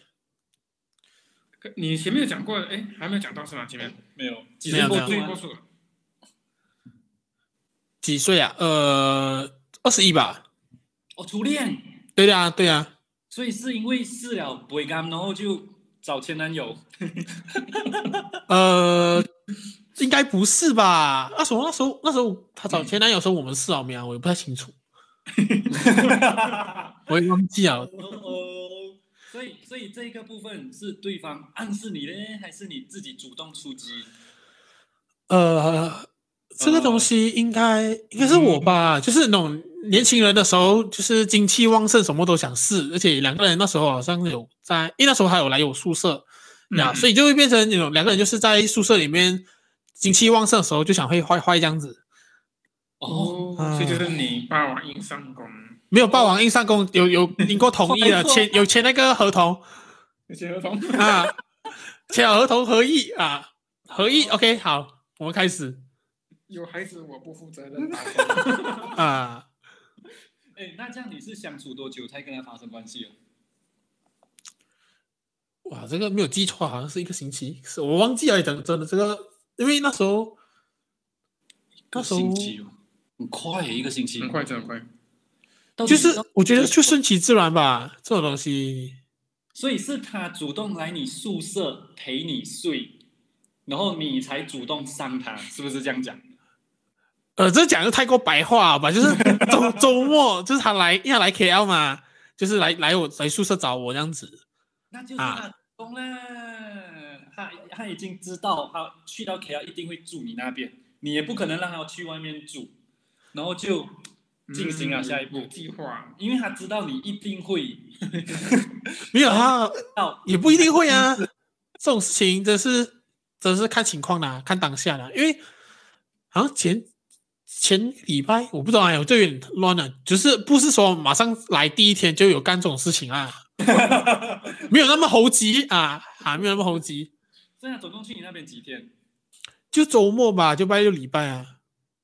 Speaker 1: 可你前面有讲过，哎，还没有讲到是吗？前面
Speaker 2: 哎没有，几
Speaker 3: 没有
Speaker 2: 十
Speaker 3: 没
Speaker 2: 过
Speaker 3: 有
Speaker 1: 最
Speaker 2: 度
Speaker 1: 多
Speaker 2: 啊
Speaker 1: 数了，
Speaker 3: 几岁啊？呃，二十一吧。
Speaker 2: 哦，初恋，
Speaker 3: 对的啊，对啊。
Speaker 2: 所以是因为试了不会干，然后就找前男友。
Speaker 3: 呃，应该不是吧？那时候那时候那时候她找前男友的时候，我们是好没啊？我也不太清楚，
Speaker 1: 嗯
Speaker 3: 我也忘记了。
Speaker 2: 哦，所以所以这一个部分是对方暗示你嘞，还是你自己主动出击？
Speaker 3: 呃，这个东西应该应该是我吧，
Speaker 1: 嗯
Speaker 3: 就是那种年轻人的时候，就是精气旺盛，什么都想试，而且两个人那时候好像有在，因为那时候还有来我宿舍呀，
Speaker 1: 嗯
Speaker 3: 所以就会变成那种两个人就是在宿舍里面精气旺盛的时候就想会坏坏这样子。
Speaker 2: 哦，
Speaker 1: 所以就是你霸王硬上弓，
Speaker 3: 没有霸王硬上弓，有 有经过同意
Speaker 2: 没
Speaker 3: 的，
Speaker 2: 错
Speaker 3: 签有签那个合同
Speaker 1: 那些合同。
Speaker 3: 啊，签了合同合意啊，合意
Speaker 2: 哦
Speaker 3: OK 好，我们开始
Speaker 1: 有孩子我不负责任，打 工
Speaker 3: 啊，
Speaker 2: 哎，那这样你是相处多久才跟他发生关系啊？
Speaker 3: 哇，这个没有记错，好像是一个星期，是我忘记了，等真的这个，因为那时候那时候
Speaker 2: 一个星期哦，很快耶一个星期
Speaker 1: 很，快，真的很快。嗯
Speaker 2: 到底
Speaker 3: 就是
Speaker 2: 到
Speaker 3: 我觉得就顺其自然吧，这种东西
Speaker 2: 所以是他主动来你宿舍陪你睡，然后你才主动上他，是不是这样
Speaker 3: 啊
Speaker 2: 讲？
Speaker 3: 呃，这讲的太过白话了吧？就是 周周末，就是他来，因为他来 KL 嘛，就是来来我来宿舍找我这样子。
Speaker 2: 那就是
Speaker 3: 啊
Speaker 2: 他的功了。他他已经知道他去到 KL 一定会住你那边，你也不可能让他去外面住，然后就进行
Speaker 1: 嗯
Speaker 2: 了下一步
Speaker 1: 有，计划，
Speaker 2: 因为他知道你一定会
Speaker 3: 没有啊，
Speaker 2: 到
Speaker 3: 也不一定会 啊。这种事情真是真是看情况啦，看当下啦。因为好像前前礼拜我不知道哎，我这有点乱了，就是不是说马上来第一天就有干这种事情 啊，没有那么猴急啊啊，没有那么猴急，
Speaker 2: 这样总共去你那边几天？
Speaker 3: 就周末吧，就拜六礼拜啊。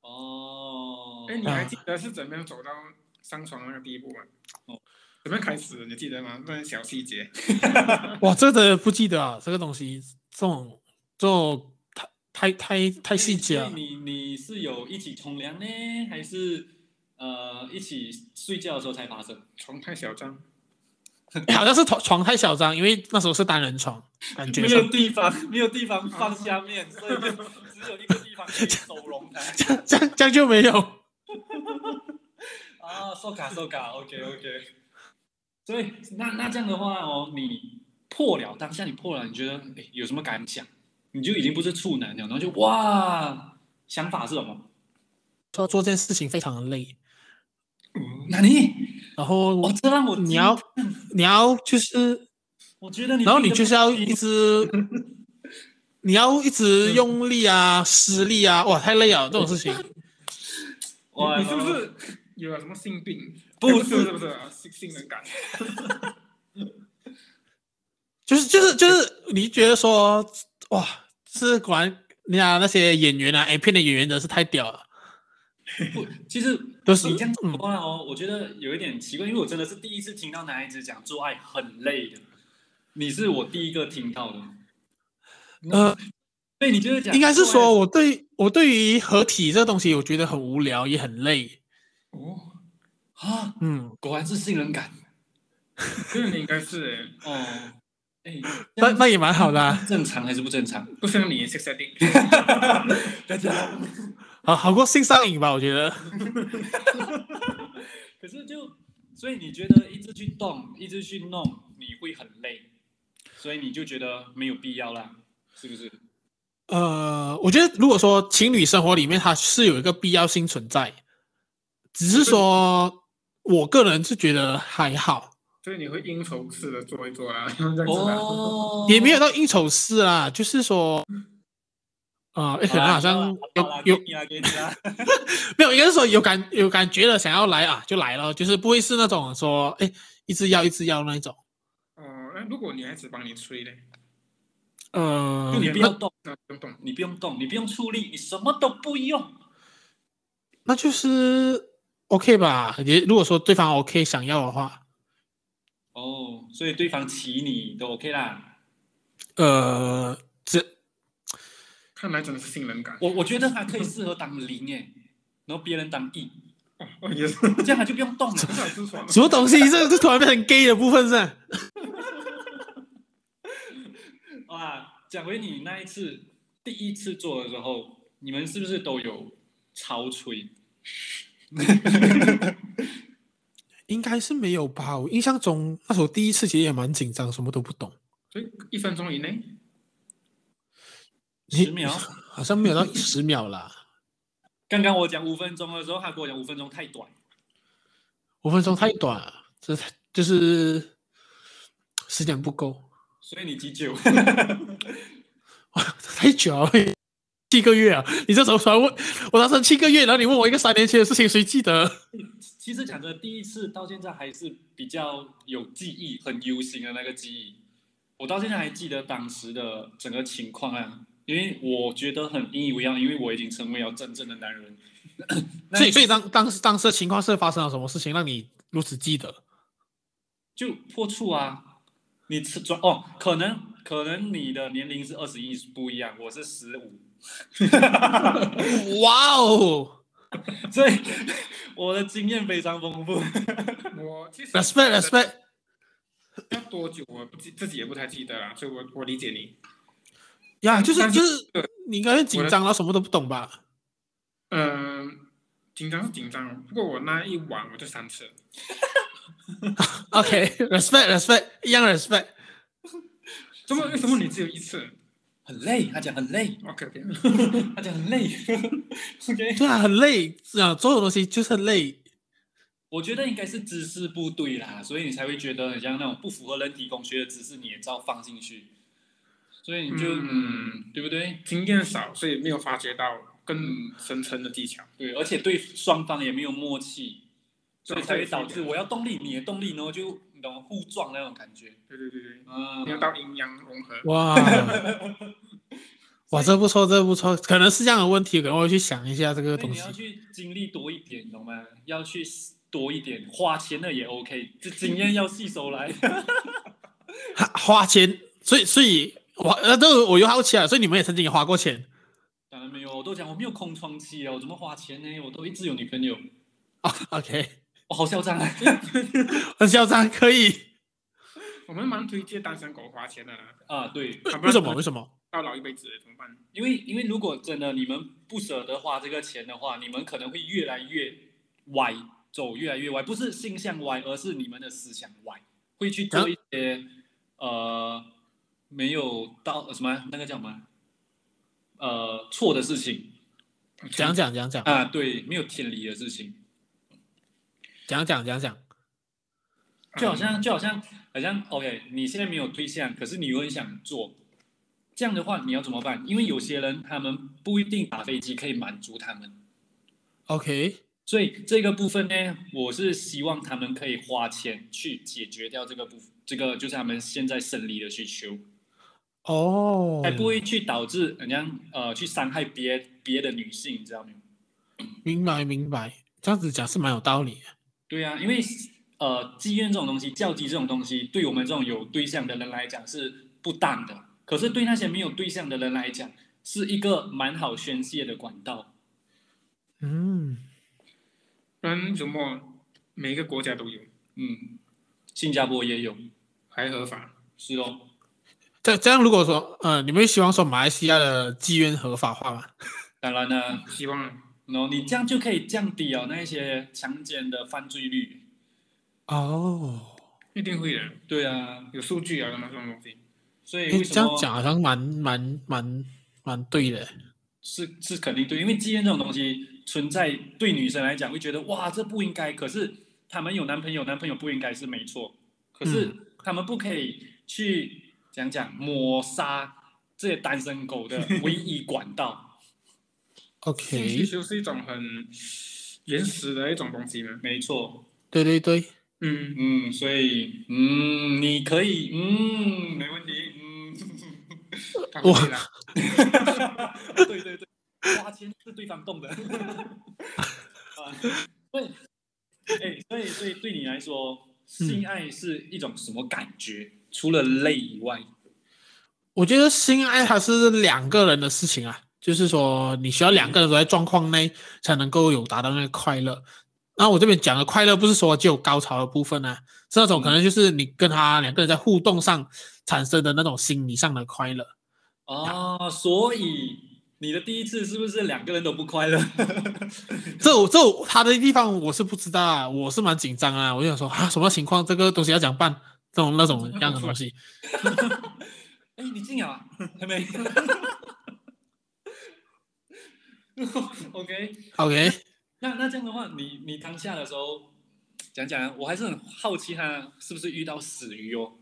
Speaker 2: 哦，
Speaker 1: 哎，你还记得是怎么样走到上床的那个地步吗？
Speaker 2: 哦，
Speaker 1: 怎么样开始的？你记得吗？那小细节。
Speaker 3: 哇，这个不记得啊，这个东西这种这种太太太太细节啊
Speaker 2: 所
Speaker 3: 了
Speaker 2: 以。你你是有一起冲凉呢，还是呃一起睡觉的时候才发生？
Speaker 1: 床太小张，
Speaker 3: 好像是床床太小张，因为那时候是单人床，感觉
Speaker 2: 没
Speaker 3: 上
Speaker 2: 有地方， 没有地方放下面，所以就 只有一个地方可以啊收容 它。
Speaker 3: 这样这样就没有。
Speaker 2: 啊，收卡收卡，OK OK。所以那那这样的话哦，你破了当下你破了，你觉得诶有什么感想？你就已经不是处男了，然后就哇，想法是什么？
Speaker 3: 做做这件事情非常的累，
Speaker 2: 那你
Speaker 3: 然后
Speaker 2: 哦，这让我
Speaker 3: 你要
Speaker 2: 惊
Speaker 3: 你要就是，
Speaker 2: 我觉得你
Speaker 3: 然后你
Speaker 2: 自己
Speaker 3: 就
Speaker 2: 都
Speaker 3: 是要
Speaker 2: 不
Speaker 3: 一
Speaker 2: 行
Speaker 3: 直，你要一直用力啊，施力
Speaker 2: 嗯
Speaker 3: 啊，哇，太累了这种事情。
Speaker 2: 哇哦
Speaker 1: 你你是不是有了什么性病？
Speaker 2: 不
Speaker 1: 是，
Speaker 2: 是
Speaker 1: 是不是啊性性 能感？
Speaker 3: 就是就是就是，你觉得说哇，是果然人家那些演员啊，A 片的演员真是太屌了，
Speaker 2: 不，其实
Speaker 3: 都是
Speaker 2: 你这样
Speaker 3: 嗯
Speaker 2: 说来哦，我觉得有一点奇怪，因为我真的是第一次听到男孩子讲做爱很累的，你是我第一个听到的。
Speaker 3: 呃，
Speaker 2: 对，你就是讲
Speaker 3: 应该是
Speaker 2: 做爱
Speaker 3: 说我对我对于合体这个东西，我觉得很无聊，也很累。
Speaker 1: 哦，
Speaker 2: 啊，
Speaker 3: 嗯，
Speaker 2: 果然是信任感
Speaker 1: 这个你应该是
Speaker 2: 哦。哎，
Speaker 3: 那那也蛮好的、啊，
Speaker 2: 正常还是不正 常？
Speaker 1: 不像你 sex setting，
Speaker 2: 大家，
Speaker 3: 好好过性上瘾吧，我觉得。
Speaker 2: 可是就所以你觉得一直去动，一直去弄，你会很累，所以你就觉得没有必要啦，是不是？
Speaker 3: 呃，我觉得如果说情侣生活里面它是有一个必要性存在，只是说我个人是觉得还好，
Speaker 1: 所以你会应酬式的做一做啦， 这样子啊啦。
Speaker 2: 哦
Speaker 3: 也没有到应酬事啦，就是说，啊、呃，可能好像有有
Speaker 2: 给你啦，给你啦。
Speaker 3: 没有，应该是说有感有感觉了，想要来啊就来了，就是不会是那种说哎一直要一直要那一种，
Speaker 1: 哦，那如果女孩子帮你吹嘞，
Speaker 3: 呃
Speaker 2: 就，你不要
Speaker 3: 那
Speaker 2: 动，
Speaker 1: 那不用动。
Speaker 2: 你不用动，你不用出力，你什么都不用。
Speaker 3: 那就是 OK 吧，也如果说对方 OK 想要的话，
Speaker 2: 哦，所以对方骑你都 OK 啦。
Speaker 3: 呃，这
Speaker 1: 看来真的是性能感。
Speaker 2: 我我觉得他可以适合当零诶，然后别人当一，
Speaker 1: 哦，也是，
Speaker 2: 这样他就不用动
Speaker 1: 不
Speaker 2: 了。
Speaker 1: 想吃爽。啊
Speaker 3: 什么东西？这这突然变成 gay 的部分是吧？
Speaker 2: 哇，讲回你那一次第一次做的时候，你们是不是都有超吹？
Speaker 3: 应该是没有吧？我印象中那时候第一次其实也蛮紧张，什么都不懂，
Speaker 1: 所以一分钟以内，
Speaker 3: 你
Speaker 2: 十秒。
Speaker 3: 好像没有到十秒啦，
Speaker 2: 刚刚我讲五分钟的时候，他跟我讲五分钟太短。
Speaker 3: 五分钟太短了，这就是时间不够，
Speaker 2: 所以你几 久？
Speaker 3: 哇，太久了， 七个月啊！你这时候突然问我当时七个月，然后你问我一个三年前的事情，谁记得？
Speaker 2: 其实讲真的，第一次到现在还是比较有记忆、很犹新的那个记忆。我到现在还记得当时的整个情况啊，因为我觉得很引以为傲，因为我已经成为了真正的男 人。那
Speaker 3: 所以所以当当时当时的情况是发生了什么事情让你如此记得？
Speaker 2: 就破处啊！你吃转哦，可能可能你的年龄是二十一不一样，我是十五，
Speaker 3: 哇哦
Speaker 2: 所以我的经验非常丰富。
Speaker 1: 我其实
Speaker 3: ，respect respect，
Speaker 1: 要多久我不记自己也不太记得了，所以我我理解你。
Speaker 3: 呀就是
Speaker 1: 但是
Speaker 3: 就是你应该是紧张了，什么都不懂吧？
Speaker 1: 嗯、紧张是紧张，不过我那一晚我就三次。
Speaker 3: OK，respect，respect，一样 respect。
Speaker 1: 怎么为什么你只有一次
Speaker 2: 很累，他讲很累，
Speaker 1: ？OK OK，
Speaker 2: 他讲很 累。OK，
Speaker 3: 对啊，很累啊，做的东西就是很累。
Speaker 2: 我觉得应该是姿势不对啦，所以你才会觉得很像那种不符合人体工学的姿势，你也照放进去，所以你就
Speaker 1: 嗯
Speaker 2: 嗯，对不对？
Speaker 1: 经验少，所以没有发掘到更深层的技巧。
Speaker 2: 对，而且对双方也没有默契，所以才会导致
Speaker 1: 对
Speaker 2: 我要动力，你也动力，然后就你懂吗互撞那种感觉。
Speaker 1: 对对对对，
Speaker 2: 嗯
Speaker 1: 没有到阴阳融合。
Speaker 3: 哇 哇，这不错，这不错，可能是这样的问题，可能我会去想一下这个
Speaker 2: 所以
Speaker 3: 东
Speaker 2: 你
Speaker 3: 西
Speaker 2: 要。去经历多一点，你懂吗？要去多一点，花钱的也 OK，这经验要吸收来。
Speaker 3: 哈花钱，所以所以我呃，这个我又好奇啊，所以你们也曾经也花过钱
Speaker 2: 当然没有，我都讲我没有空窗期啊，我怎么花钱呢？我都一直有女朋友，
Speaker 3: 啊、o k
Speaker 2: 我、好嚣张啊！
Speaker 3: 很嚣张，可以
Speaker 1: 我们蛮推荐单身狗花钱的啦，
Speaker 2: 啊，对，
Speaker 1: 啊不
Speaker 3: 为
Speaker 1: 然
Speaker 3: 什么？为什么？
Speaker 1: 到老一辈子了怎么办？
Speaker 2: 因为因为如果真的你们不舍得花这个钱的话，你们可能会越来越歪，走越来越歪，不是性向歪，而是你们的思想歪，会去做一些、呃没有到什么那个叫什么呃错的事情
Speaker 3: 讲讲讲讲
Speaker 2: 啊，对，没有天理的事情。
Speaker 3: 讲讲讲讲，
Speaker 2: 就
Speaker 1: 嗯
Speaker 2: 好像就好像好像 OK，你现在没有对象，可是你又很想做，这样的话你要怎么办？因为有些人他们不一定打飞机可以满足他们，
Speaker 3: ，OK，
Speaker 2: 所以这个部分呢，我是希望他们可以花钱去解决掉这个部这个就是他们现在生理的需求，
Speaker 3: 哦，
Speaker 2: 才哎不会去导致人家呃去伤害别别的女性，你知道没有？
Speaker 3: 明白明白，这样子讲是蛮有道理的。
Speaker 2: 对啊，因为呃，妓院这种东西，教妓这种东西，对我们这种有对象的人来讲是不当的，可是对那些没有对象的人来讲，是一个蛮好宣泄的管道。
Speaker 3: 嗯，
Speaker 1: 不然怎么每个国家都有，
Speaker 2: 嗯，新加坡也有，
Speaker 1: 还合法？
Speaker 2: 是哦。
Speaker 3: 这这样如果说呃，你们会希望说马来西亚的妓院合法化吗？
Speaker 2: 当然呢，
Speaker 1: 希望
Speaker 2: 然哦后你这样就可以降低哦那一些强奸的犯罪率。
Speaker 3: 哦，
Speaker 1: 一定会的，
Speaker 2: 对啊，
Speaker 1: 有数据啊，什么这种东西。
Speaker 2: 所以
Speaker 3: 诶
Speaker 2: 为
Speaker 3: 这
Speaker 2: 什
Speaker 3: 样
Speaker 2: 么
Speaker 3: 讲好像蛮蛮蛮蛮对的。
Speaker 2: 是是肯定对，因为基因这种东西存在，对女生来讲会觉得哇，这不应该。可是她们有男朋友，男朋友不应该是没错，可是
Speaker 3: 嗯
Speaker 2: 她们不可以去讲讲抹杀这些单身狗的唯一管道。
Speaker 1: 性需
Speaker 3: OK，
Speaker 1: 求是一种很原始的一种东西嘛。
Speaker 2: 没错，
Speaker 3: 对对对，
Speaker 1: 嗯，
Speaker 2: 嗯，所以嗯，你可以，嗯，没问题，嗯，
Speaker 1: 他会啦，
Speaker 2: 对对对，花钱是对方动的。 啊，对，哎，所以所以对你来
Speaker 3: 嗯
Speaker 2: 说，性爱是一种什么感觉？除了累以外，
Speaker 3: 我觉得性爱它是两个人的事情啊，就是说你需要两个人都在状况内才能够有达到那个快乐。那我这边讲的快乐，不是说只有高潮的部分啊，是那种可能就是你跟他两个人在互动上产生的那种心理上的快乐。
Speaker 2: 啊，所以你的第一次是不是两个人都不快乐？
Speaker 3: 这我这我他的地方我是不知道啊，我是蛮紧张啊，我就想说啊，什么情况这个东西要讲办这种那种样的东西，
Speaker 2: 哎，你进啊，还没 ？OK，
Speaker 3: OK，
Speaker 2: 那那这样的话，你你当下的时候讲讲啊，我还是很好奇他是不是遇到死鱼哦。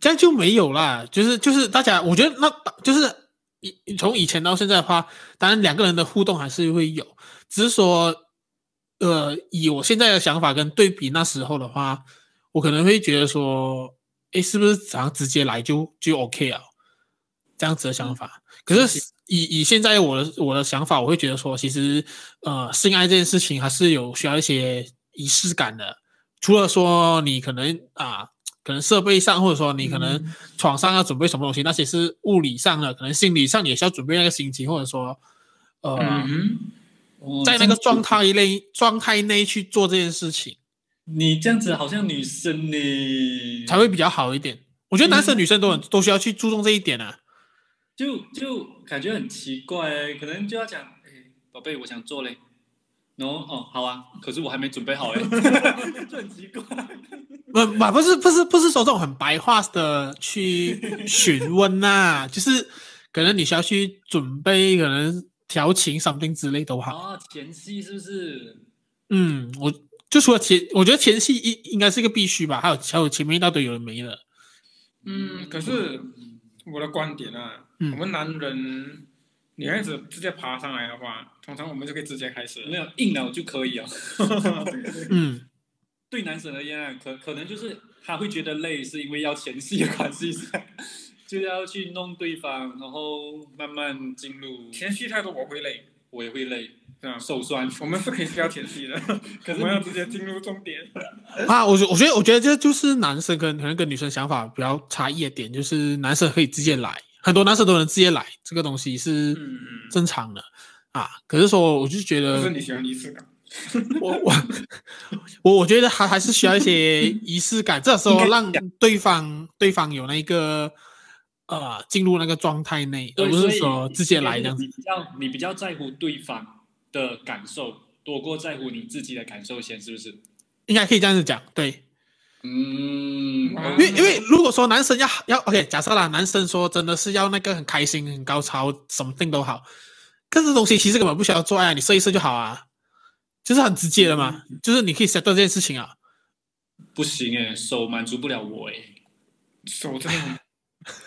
Speaker 3: 这样就没有啦。就是就是大家，我觉得那就是以从以前到现在的话，当然两个人的互动还是会有，只是说，呃，以我现在的想法跟对比那时候的话，我可能会觉得说，诶，是不是只要直接来就就 OK 啊？这样子的想法。可是以以现在我的我的想法，我会觉得说，其实呃，性爱这件事情还是有需要一些仪式感的。除了说你可能啊，可能设备上，或者说你可
Speaker 2: 嗯
Speaker 3: 能床上要准备什么东西，那些是物理上的，可能心理上也是要准备那个心情，或者说呃，
Speaker 1: 嗯哼，
Speaker 3: 在那个状，态内状态内去做这件事情，
Speaker 2: 你这样子好像女生呢，
Speaker 3: 才会比较好一点。我觉得男生
Speaker 2: 嗯
Speaker 3: 女生都很都需要去注重这一点啊。
Speaker 2: 就就感觉很奇怪欸，可能就要讲，哎，宝贝，我想做嘞， 然后哦，好啊，可是我还没准备好哎，就很奇怪。
Speaker 3: 不不不是不是不是说这种很白话的去询问呐、 就是可能你需要去准备，可能调情 something 之类都好。
Speaker 2: 哦，前戏是不是？
Speaker 3: 嗯，我就除了前，我觉得前戏应应该是一个必须吧，还有还有前面一大堆有人没了。
Speaker 1: 嗯，可是我的观点啊，
Speaker 3: 嗯
Speaker 1: 我们男人女孩子直接爬上来的话，通常我们就可以直接开始了。
Speaker 2: 没有硬了就可以啊。
Speaker 3: 嗯，
Speaker 2: 对男生而言啊，可可能就是他会觉得累，是因为要前戏的关系，就是要去弄对方，然后慢慢进入。
Speaker 1: 前戏太多我会累，
Speaker 2: 我也会累，
Speaker 1: 对吧？
Speaker 2: 手酸。
Speaker 1: 我们是可以不要前戏 的，我
Speaker 2: 可是
Speaker 1: 们要直接进入重点。
Speaker 3: 啊，我觉我觉得我觉得这就是男生跟可能跟女生想法比较差异的点，就是男生可以直接来，很多男生都能直接来，这个东西是
Speaker 1: 嗯嗯，
Speaker 3: 正常的、啊。可是说，我就觉
Speaker 1: 就
Speaker 3: 得
Speaker 1: 是你喜欢仪式感，
Speaker 3: 我我我我觉得还还是需要一些仪式感，这时候让对方对方有那一个呃进入那个状态内，而
Speaker 2: 对
Speaker 3: 不
Speaker 2: 所
Speaker 3: 是
Speaker 2: 以
Speaker 3: 说直接来这样子。
Speaker 2: 你比较你比较在乎对方的感受，多过在乎你自己的感受先，是不是？
Speaker 3: 应该可以这样子讲，对，
Speaker 2: 嗯，
Speaker 3: 因为因为如果说男生要要 OK，假设啦，男生说真的是要那个很开心、很高潮，什么定都好，可是这东西其实根本不需要做爱啊，你射一射就好啊，就是很直接的嘛，就是你可以 set 到这件事情啊。
Speaker 2: 不行哎，手满足不了我哎，
Speaker 1: 手真的很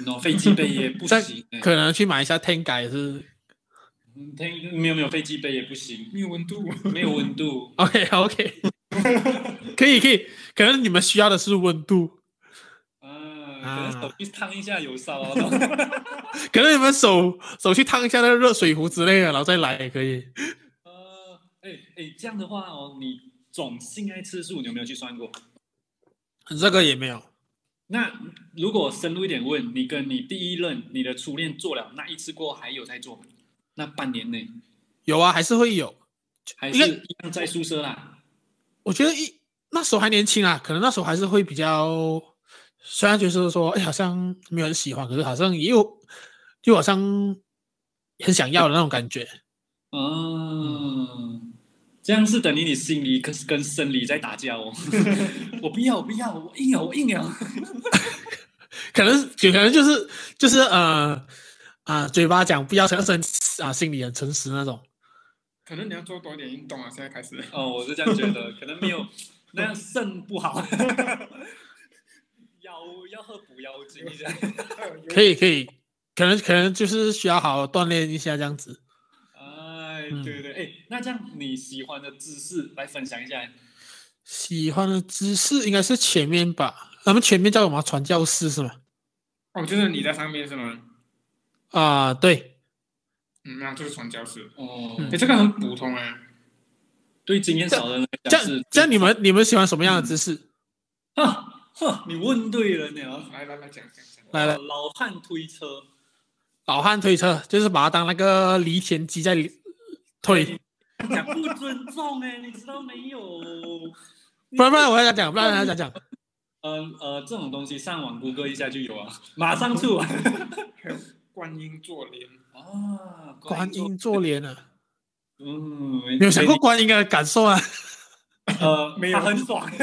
Speaker 2: 那 飞机杯也不
Speaker 3: 再
Speaker 2: 行哎，
Speaker 3: 可能去买一下 Tenga 也是。
Speaker 2: 嗯听没有没有飞机杯也不行，
Speaker 1: 没有温度。
Speaker 2: 没有温度
Speaker 3: OK OK，可以可以，可能你们需要的是温度，
Speaker 2: 嗯，可
Speaker 3: 啊
Speaker 2: 能手去烫一下有烧啊。
Speaker 3: 可能你们手手去烫一下那个热水壶之类的，然后再来也可以。
Speaker 2: 呃，哎哎，这样的话哦，你总性爱次数你有没有去算过？
Speaker 3: 这个也没有，
Speaker 2: 那如果深入一点问，你跟你第一任、你的初恋做了那一次过后，还有在做吗？那半年内
Speaker 3: 有啊，还是会有。
Speaker 2: 还
Speaker 3: 因为
Speaker 2: 是一样在宿舍啦？
Speaker 3: 我觉得一那时候还年轻啊，可能那时候还是会比较，虽然就是说，哎，好像没有很喜欢，可是好像也有，就好像很想要的那种感觉。
Speaker 2: 嗯，这样是等于你心理跟跟生理在打架 哦。我不要，我不要，我硬了，我硬了。
Speaker 3: 可能就可能就是就是呃啊、嘴巴讲不要诚实啊，心里很诚实那种。
Speaker 1: 可能你要做多一点运动啊，现在开始。
Speaker 2: 哦，我是这样觉得，可能没有 那样肾不 好，腰要喝补腰精一下。
Speaker 3: 可以可以，可能可能就是需要好好锻炼一下这样子。
Speaker 2: 哎，
Speaker 3: 嗯
Speaker 2: 对对对，哎，那这样你喜欢的姿势来分享一下。
Speaker 3: 喜欢的姿势应该是前面吧，咱们前面叫什么传教士是吗？
Speaker 1: 哦，就是你在上面是吗？
Speaker 3: 啊、对，
Speaker 1: 嗯，那就是传教士。
Speaker 2: 哦
Speaker 3: 嗯
Speaker 1: 哎，这个很普通啊。
Speaker 2: 对经验少的人来
Speaker 3: 这
Speaker 2: 讲是
Speaker 3: 样这样你们你们喜欢什么样的姿势？
Speaker 2: 啊，哼，你问对了呢。
Speaker 1: 来来来讲讲讲。
Speaker 3: 来来，
Speaker 2: 老汉推车，
Speaker 3: 老汉推车就是把它当那个犁田机在犁推，
Speaker 2: 讲不尊重哎、 你知道没有？
Speaker 3: 不然不然我要讲讲，不然我要讲讲，
Speaker 2: 嗯呃，这种东西上网谷歌一下就有 啊，马上出啊。
Speaker 1: 还有观音坐莲，
Speaker 2: 啊，
Speaker 3: 观音坐莲啊，
Speaker 2: 嗯，
Speaker 3: 你有想过观音的感受啊？
Speaker 2: 呃，
Speaker 1: 没有
Speaker 2: 他很爽。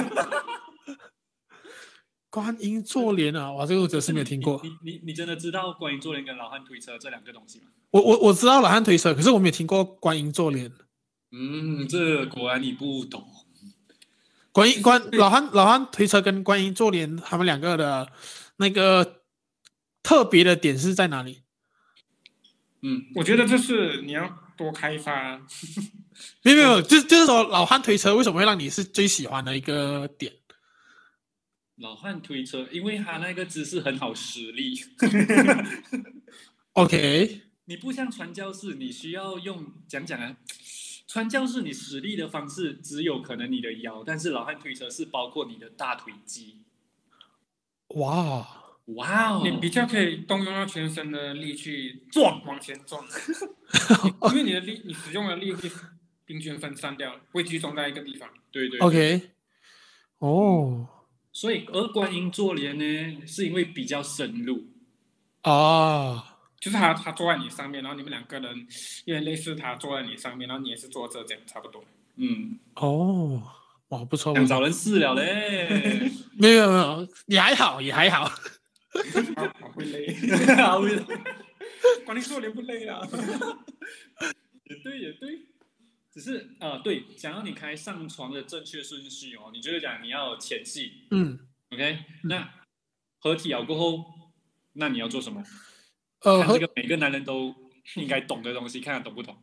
Speaker 3: 观音坐莲啊，哇，这个我真是没有听过。
Speaker 2: 你你你你真的知道观音坐莲跟老汉推车这两个东西吗？
Speaker 3: 我我我知道老汉推车，可是我没有听过观音坐莲。
Speaker 2: 嗯，这果然你不懂。
Speaker 3: 观音 观老汉老汉推车跟观音坐莲，他们两个的那个特别的点是在哪里？
Speaker 2: 嗯，
Speaker 1: 我觉得这是你要多开发。
Speaker 3: 没有没有，就就是说老汉推车为什么会让你是最喜欢的一个点？
Speaker 2: 老汉推车，因为他那个姿势很好实力。
Speaker 3: OK，
Speaker 2: 你不像传教士，你需要用讲讲啊。传教士你实力的方式只有可能你的腰，但是老汉推车是包括你的大腿肌。
Speaker 3: 哇，
Speaker 2: 哇哦，
Speaker 1: 你比较可以动用到全身的力去
Speaker 2: 撞
Speaker 1: 往前撞， 因为你的力，你使用的力会平均分散掉，不会集中在一个地方。
Speaker 2: 对对
Speaker 3: OK，哦
Speaker 2: 所以而观音坐莲呢，是因为比较深入，
Speaker 3: 啊，
Speaker 1: 就是他他坐在你上面，然后你们两个人 有点类似，他坐在你上面，然后你也是坐这这样差不多。
Speaker 2: 嗯，
Speaker 3: 哦，哇，不错不
Speaker 2: 想
Speaker 3: 错，
Speaker 2: 找人试了嘞，
Speaker 3: 没有没有，也还好也还好，
Speaker 1: 好好会累，
Speaker 2: 好也
Speaker 1: 管你做累不累啊？
Speaker 2: 对也对，只是呃对，想要你开上床的正确顺序哦，你就是讲你要有前戏
Speaker 3: 嗯。
Speaker 2: ，OK？那合体咬过后，那你要做什么？
Speaker 3: 呃，
Speaker 2: 看
Speaker 3: 合
Speaker 2: 这个每个男人都应该懂的东西，看看懂不懂。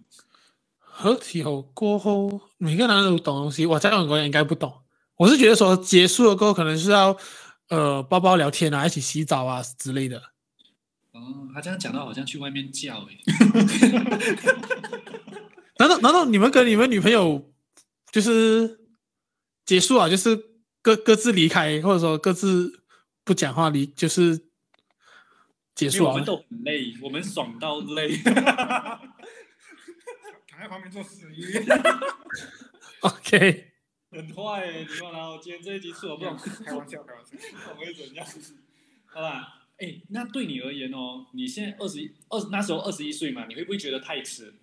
Speaker 3: 合体后过后，每个男人都懂东西，我在外国人应该不懂。我是觉得说结束了过后，可能是要呃抱抱聊天啊，一起洗澡啊之类的。
Speaker 2: 哦，他这样讲到好像去外面叫哎、
Speaker 3: 难道难道你们跟你们女朋友就是结束啊，就是各各自离开，或者说各自不讲话离，就是结
Speaker 2: 因为
Speaker 3: 束
Speaker 2: 我
Speaker 3: 啊
Speaker 2: 们？都很累，我们爽到累。
Speaker 1: 躺在旁边做死鱼，
Speaker 3: OK，
Speaker 2: 很坏哎、欸，你们然后今天这一集出了不懂，
Speaker 1: 开玩笑，开玩笑。
Speaker 2: 我会怎样？好啦，哎、那对你而言哦，你现在二十一二那时候二十一岁嘛，你会不会觉得太迟？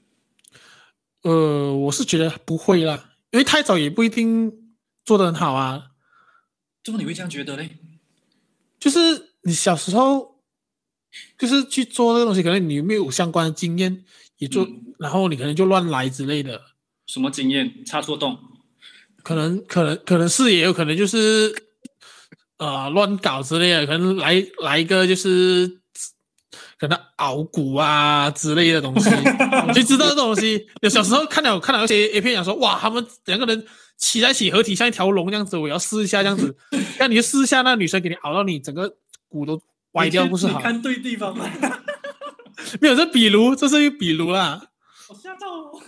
Speaker 3: 呃，我是觉得不会啦，因为太早也不一定做得很好啊。
Speaker 2: 怎么你会这样觉得嘞？
Speaker 3: 就是你小时候，就是去做这个东西，可能你没有相关的经验，也做，
Speaker 2: 嗯
Speaker 3: 然后你可能就乱来之类的，
Speaker 2: 什么经验？插错洞？
Speaker 3: 可能可能可能是也有可能就是，呃，乱搞之类的，可能来来一个就是，可能熬骨啊之类的 东西，谁知道这种东西？有小时候看到看到一些 A 片，讲说哇，他们两个人骑在一起合体像一条龙这样子，我要试一下这 样子，那你就试一下，那女生给你熬到你整个骨都歪掉，不是
Speaker 2: 你
Speaker 3: 好？
Speaker 2: 看对地方 了，
Speaker 3: 没有，这比如，这是一个比如啦。
Speaker 2: 我吓到我。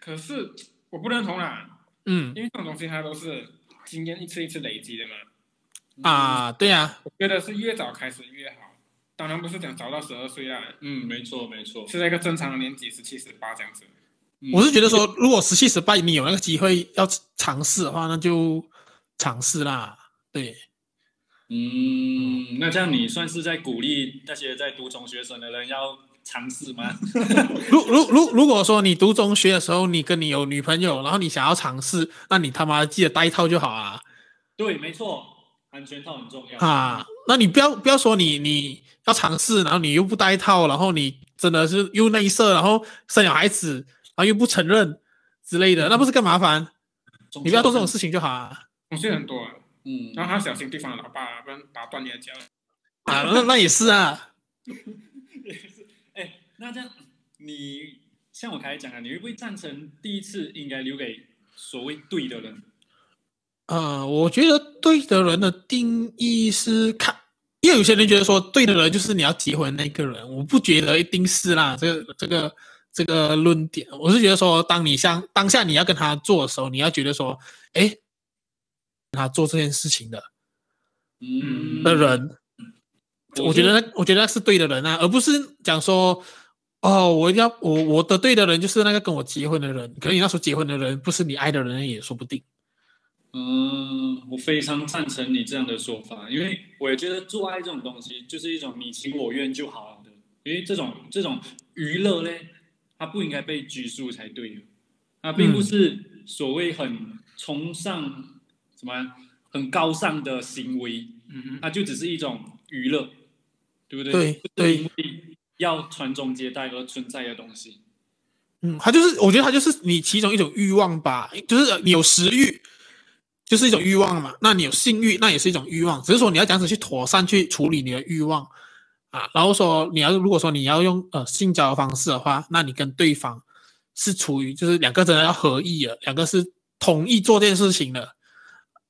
Speaker 1: 可是我不认同啦，
Speaker 3: 嗯
Speaker 1: 因为这种东西它都是经验一次一次累积的嘛。
Speaker 3: 啊，对呀、
Speaker 1: 我觉得是越早开始越好，当然不是讲早到十二岁啦，
Speaker 2: 嗯，没错没错。
Speaker 1: 是在一个正常的年纪，十七、十八这样子。
Speaker 2: 嗯
Speaker 3: 我是觉得说，如果十七十八你有那个机会要尝试的话，那就尝试啦。对，
Speaker 2: 嗯，那这样你算是在鼓励那些在读中学生的人要尝试吗？
Speaker 3: 如如如如果说你读中学的时候，你跟你有女朋友，然后你想要尝试，那你他妈记得带套就好啊
Speaker 2: 对，没错，安全套很重要。
Speaker 3: 啊！那你不要不要说你你要尝试，然后你又不带套，然后你真的是又内射，然后生了孩子，然后又不承认之类的，那不是更麻烦？
Speaker 2: 总之，
Speaker 3: 你不要做这种事情就好啊。
Speaker 1: 东西很多啊，
Speaker 2: 嗯，
Speaker 1: 然后还要小心对方的老爸啊，不然打断你的脚。
Speaker 3: 啊，那那也是啊，
Speaker 2: 哎，那这样你像我刚才讲啊的，你会不会赞成第一次应该留给所谓对的人？
Speaker 3: 呃，我觉得对的人的定义是看，因为有些人觉得说对的人就是你要结婚那个人，我不觉得一定是啦，这个这个这个论点，我是觉得说，当你像当下你要跟他做的时候，你要觉得说，哎，跟他做这件事情的
Speaker 2: 嗯
Speaker 3: 的人，
Speaker 2: 我
Speaker 3: 我觉得那我觉得那是对的人啊，而不是讲说。哦，我一定要我我的对的人就是那个跟我结婚的人，可能你那时候结婚的人不是你爱的人也说不定。
Speaker 2: 嗯，我非常赞成你这样的说法，因为我也觉得做爱这种东西就是一种你情我愿就好了的，因为这种这种娱乐呢，它不应该被拘束才对的，它并
Speaker 3: 嗯
Speaker 2: 不是所谓很崇尚什么啊很高尚的行为，
Speaker 1: 嗯哼，
Speaker 2: 它就只是一种娱乐，对不对？
Speaker 3: 对
Speaker 2: 就是
Speaker 3: 对
Speaker 2: 因为要传宗接代而存在的东西。
Speaker 3: 嗯，他就是，我觉得他就是你其中一种欲望吧，就是呃你有食欲，就是一种欲望嘛。那你有性欲，那也是一种欲望，只是说你要怎样子去妥善去处理你的欲望啊。然后说你要如果说你要用呃性交的方式的话，那你跟对方是处于就是两个真的要合意了，两个是同意做这件事情的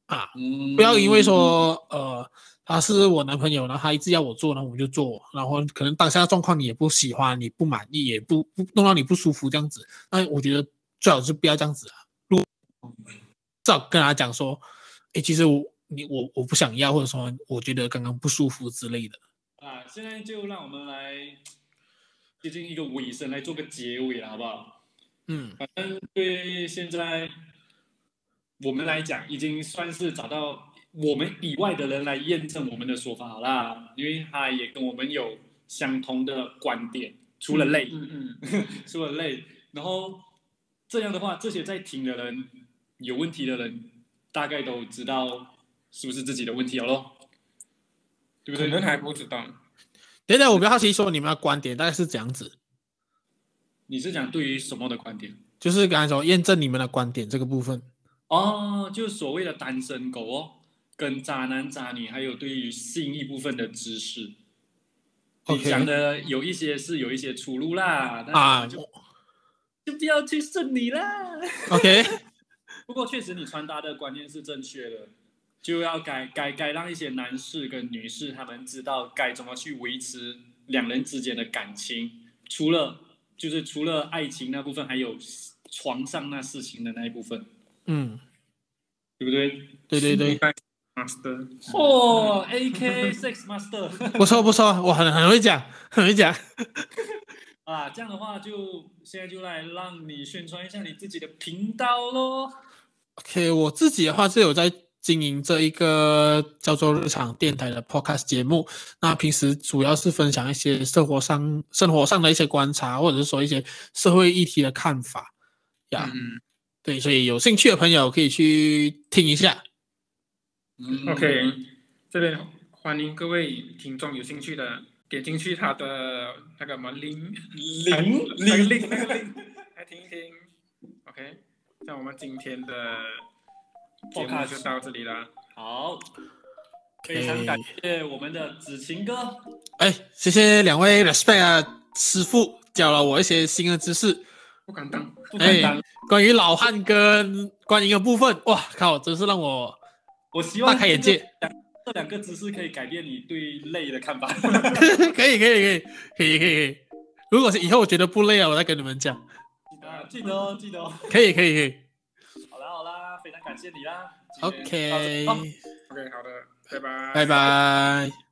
Speaker 3: 啊。
Speaker 2: 嗯，
Speaker 3: 不要因为说呃他是我男朋友，然后他一直要我做，然后我就做，然后可能当下的状况你也不喜欢，你不满意，也不不弄到你不舒服这样子，那我觉得最好是不要这样子啊。如果至少跟他讲说，哎，其实我你我我不想要，或者说我觉得刚刚不舒服之类的。
Speaker 2: 啊，现在就让我们来接近一个尾声，来做个结尾了，好不好？
Speaker 3: 嗯
Speaker 2: 反正对现在我们来讲，已经算是找到我们以外的人来验证我们的说法好啦，因为他也跟我们有相同的观点，除了累，
Speaker 1: 嗯嗯，
Speaker 2: 除了累，然后这样的话，这些在听的人有问题的人，大概都知道是不是自己的问题了咯，对不
Speaker 1: 可
Speaker 2: 对？
Speaker 1: 能还不知道。
Speaker 3: 等等，我比较好奇，说你们的观点大概是怎样子？
Speaker 2: 你是讲对于什么的观点？
Speaker 3: 就是刚才说验证你们的观点这个部分。
Speaker 2: 哦，就是所谓的单身狗哦，跟渣男渣女，还有对于性一部分的知识。你
Speaker 3: OK
Speaker 2: 讲的有一些是有一些出入啦，
Speaker 3: 啊
Speaker 2: 但是就就不要去顺你啦。
Speaker 3: OK，
Speaker 2: 不过确实你传达的观念是正确的，就要该该该让一些男士跟女士他们知道该怎么去维持两人之间的感情，除了就是除了爱情那部分，还有床上那事情的那一部分，
Speaker 3: 嗯，
Speaker 2: 对不对？
Speaker 3: 对对对，
Speaker 1: Master，
Speaker 2: 哦，A K Six Master
Speaker 3: 不错不错，我很很会讲，很会讲。
Speaker 2: 啊，这样的话就现在就来让你宣传一下你自己的频道喽。
Speaker 3: OK，我自己的话是有在经营这一个叫做日常电台的 Podcast 节目。那平时主要是分享一些生活上生活上的一些观察，或者是说一些社会议题的看法呀。
Speaker 1: 嗯
Speaker 3: 对，所以有兴趣的朋友可以去听一下。
Speaker 2: 嗯
Speaker 1: ，OK，这边欢迎各位听众有兴趣的点进去他的那个什么 link
Speaker 2: 零
Speaker 1: 那个
Speaker 2: 零
Speaker 1: link 那个 link 来听一听。OK，那我们今天的节目就到这里了。
Speaker 2: 好，非常感谢我们的子晴哥。
Speaker 3: 哎，谢谢两位 respect 啊师傅教了我一些新的知识，
Speaker 1: 不敢当，
Speaker 2: 不敢当，
Speaker 3: 关于老汉跟观音的部分，哇靠，真是让我
Speaker 2: 我希望
Speaker 3: 大开眼界。
Speaker 2: 这两个知识可以改变你对累的看法。
Speaker 3: 可以可以可以可以可以可以。如果是以后我觉得不累啊，我再跟你们讲。
Speaker 2: 啊，记得哦，记得哦。
Speaker 3: 可以可以可以。
Speaker 2: 好啦好啦，非常感谢你啦。今天到这里
Speaker 3: OK，
Speaker 2: 哦
Speaker 1: OK，好的，拜拜，
Speaker 3: 拜。拜。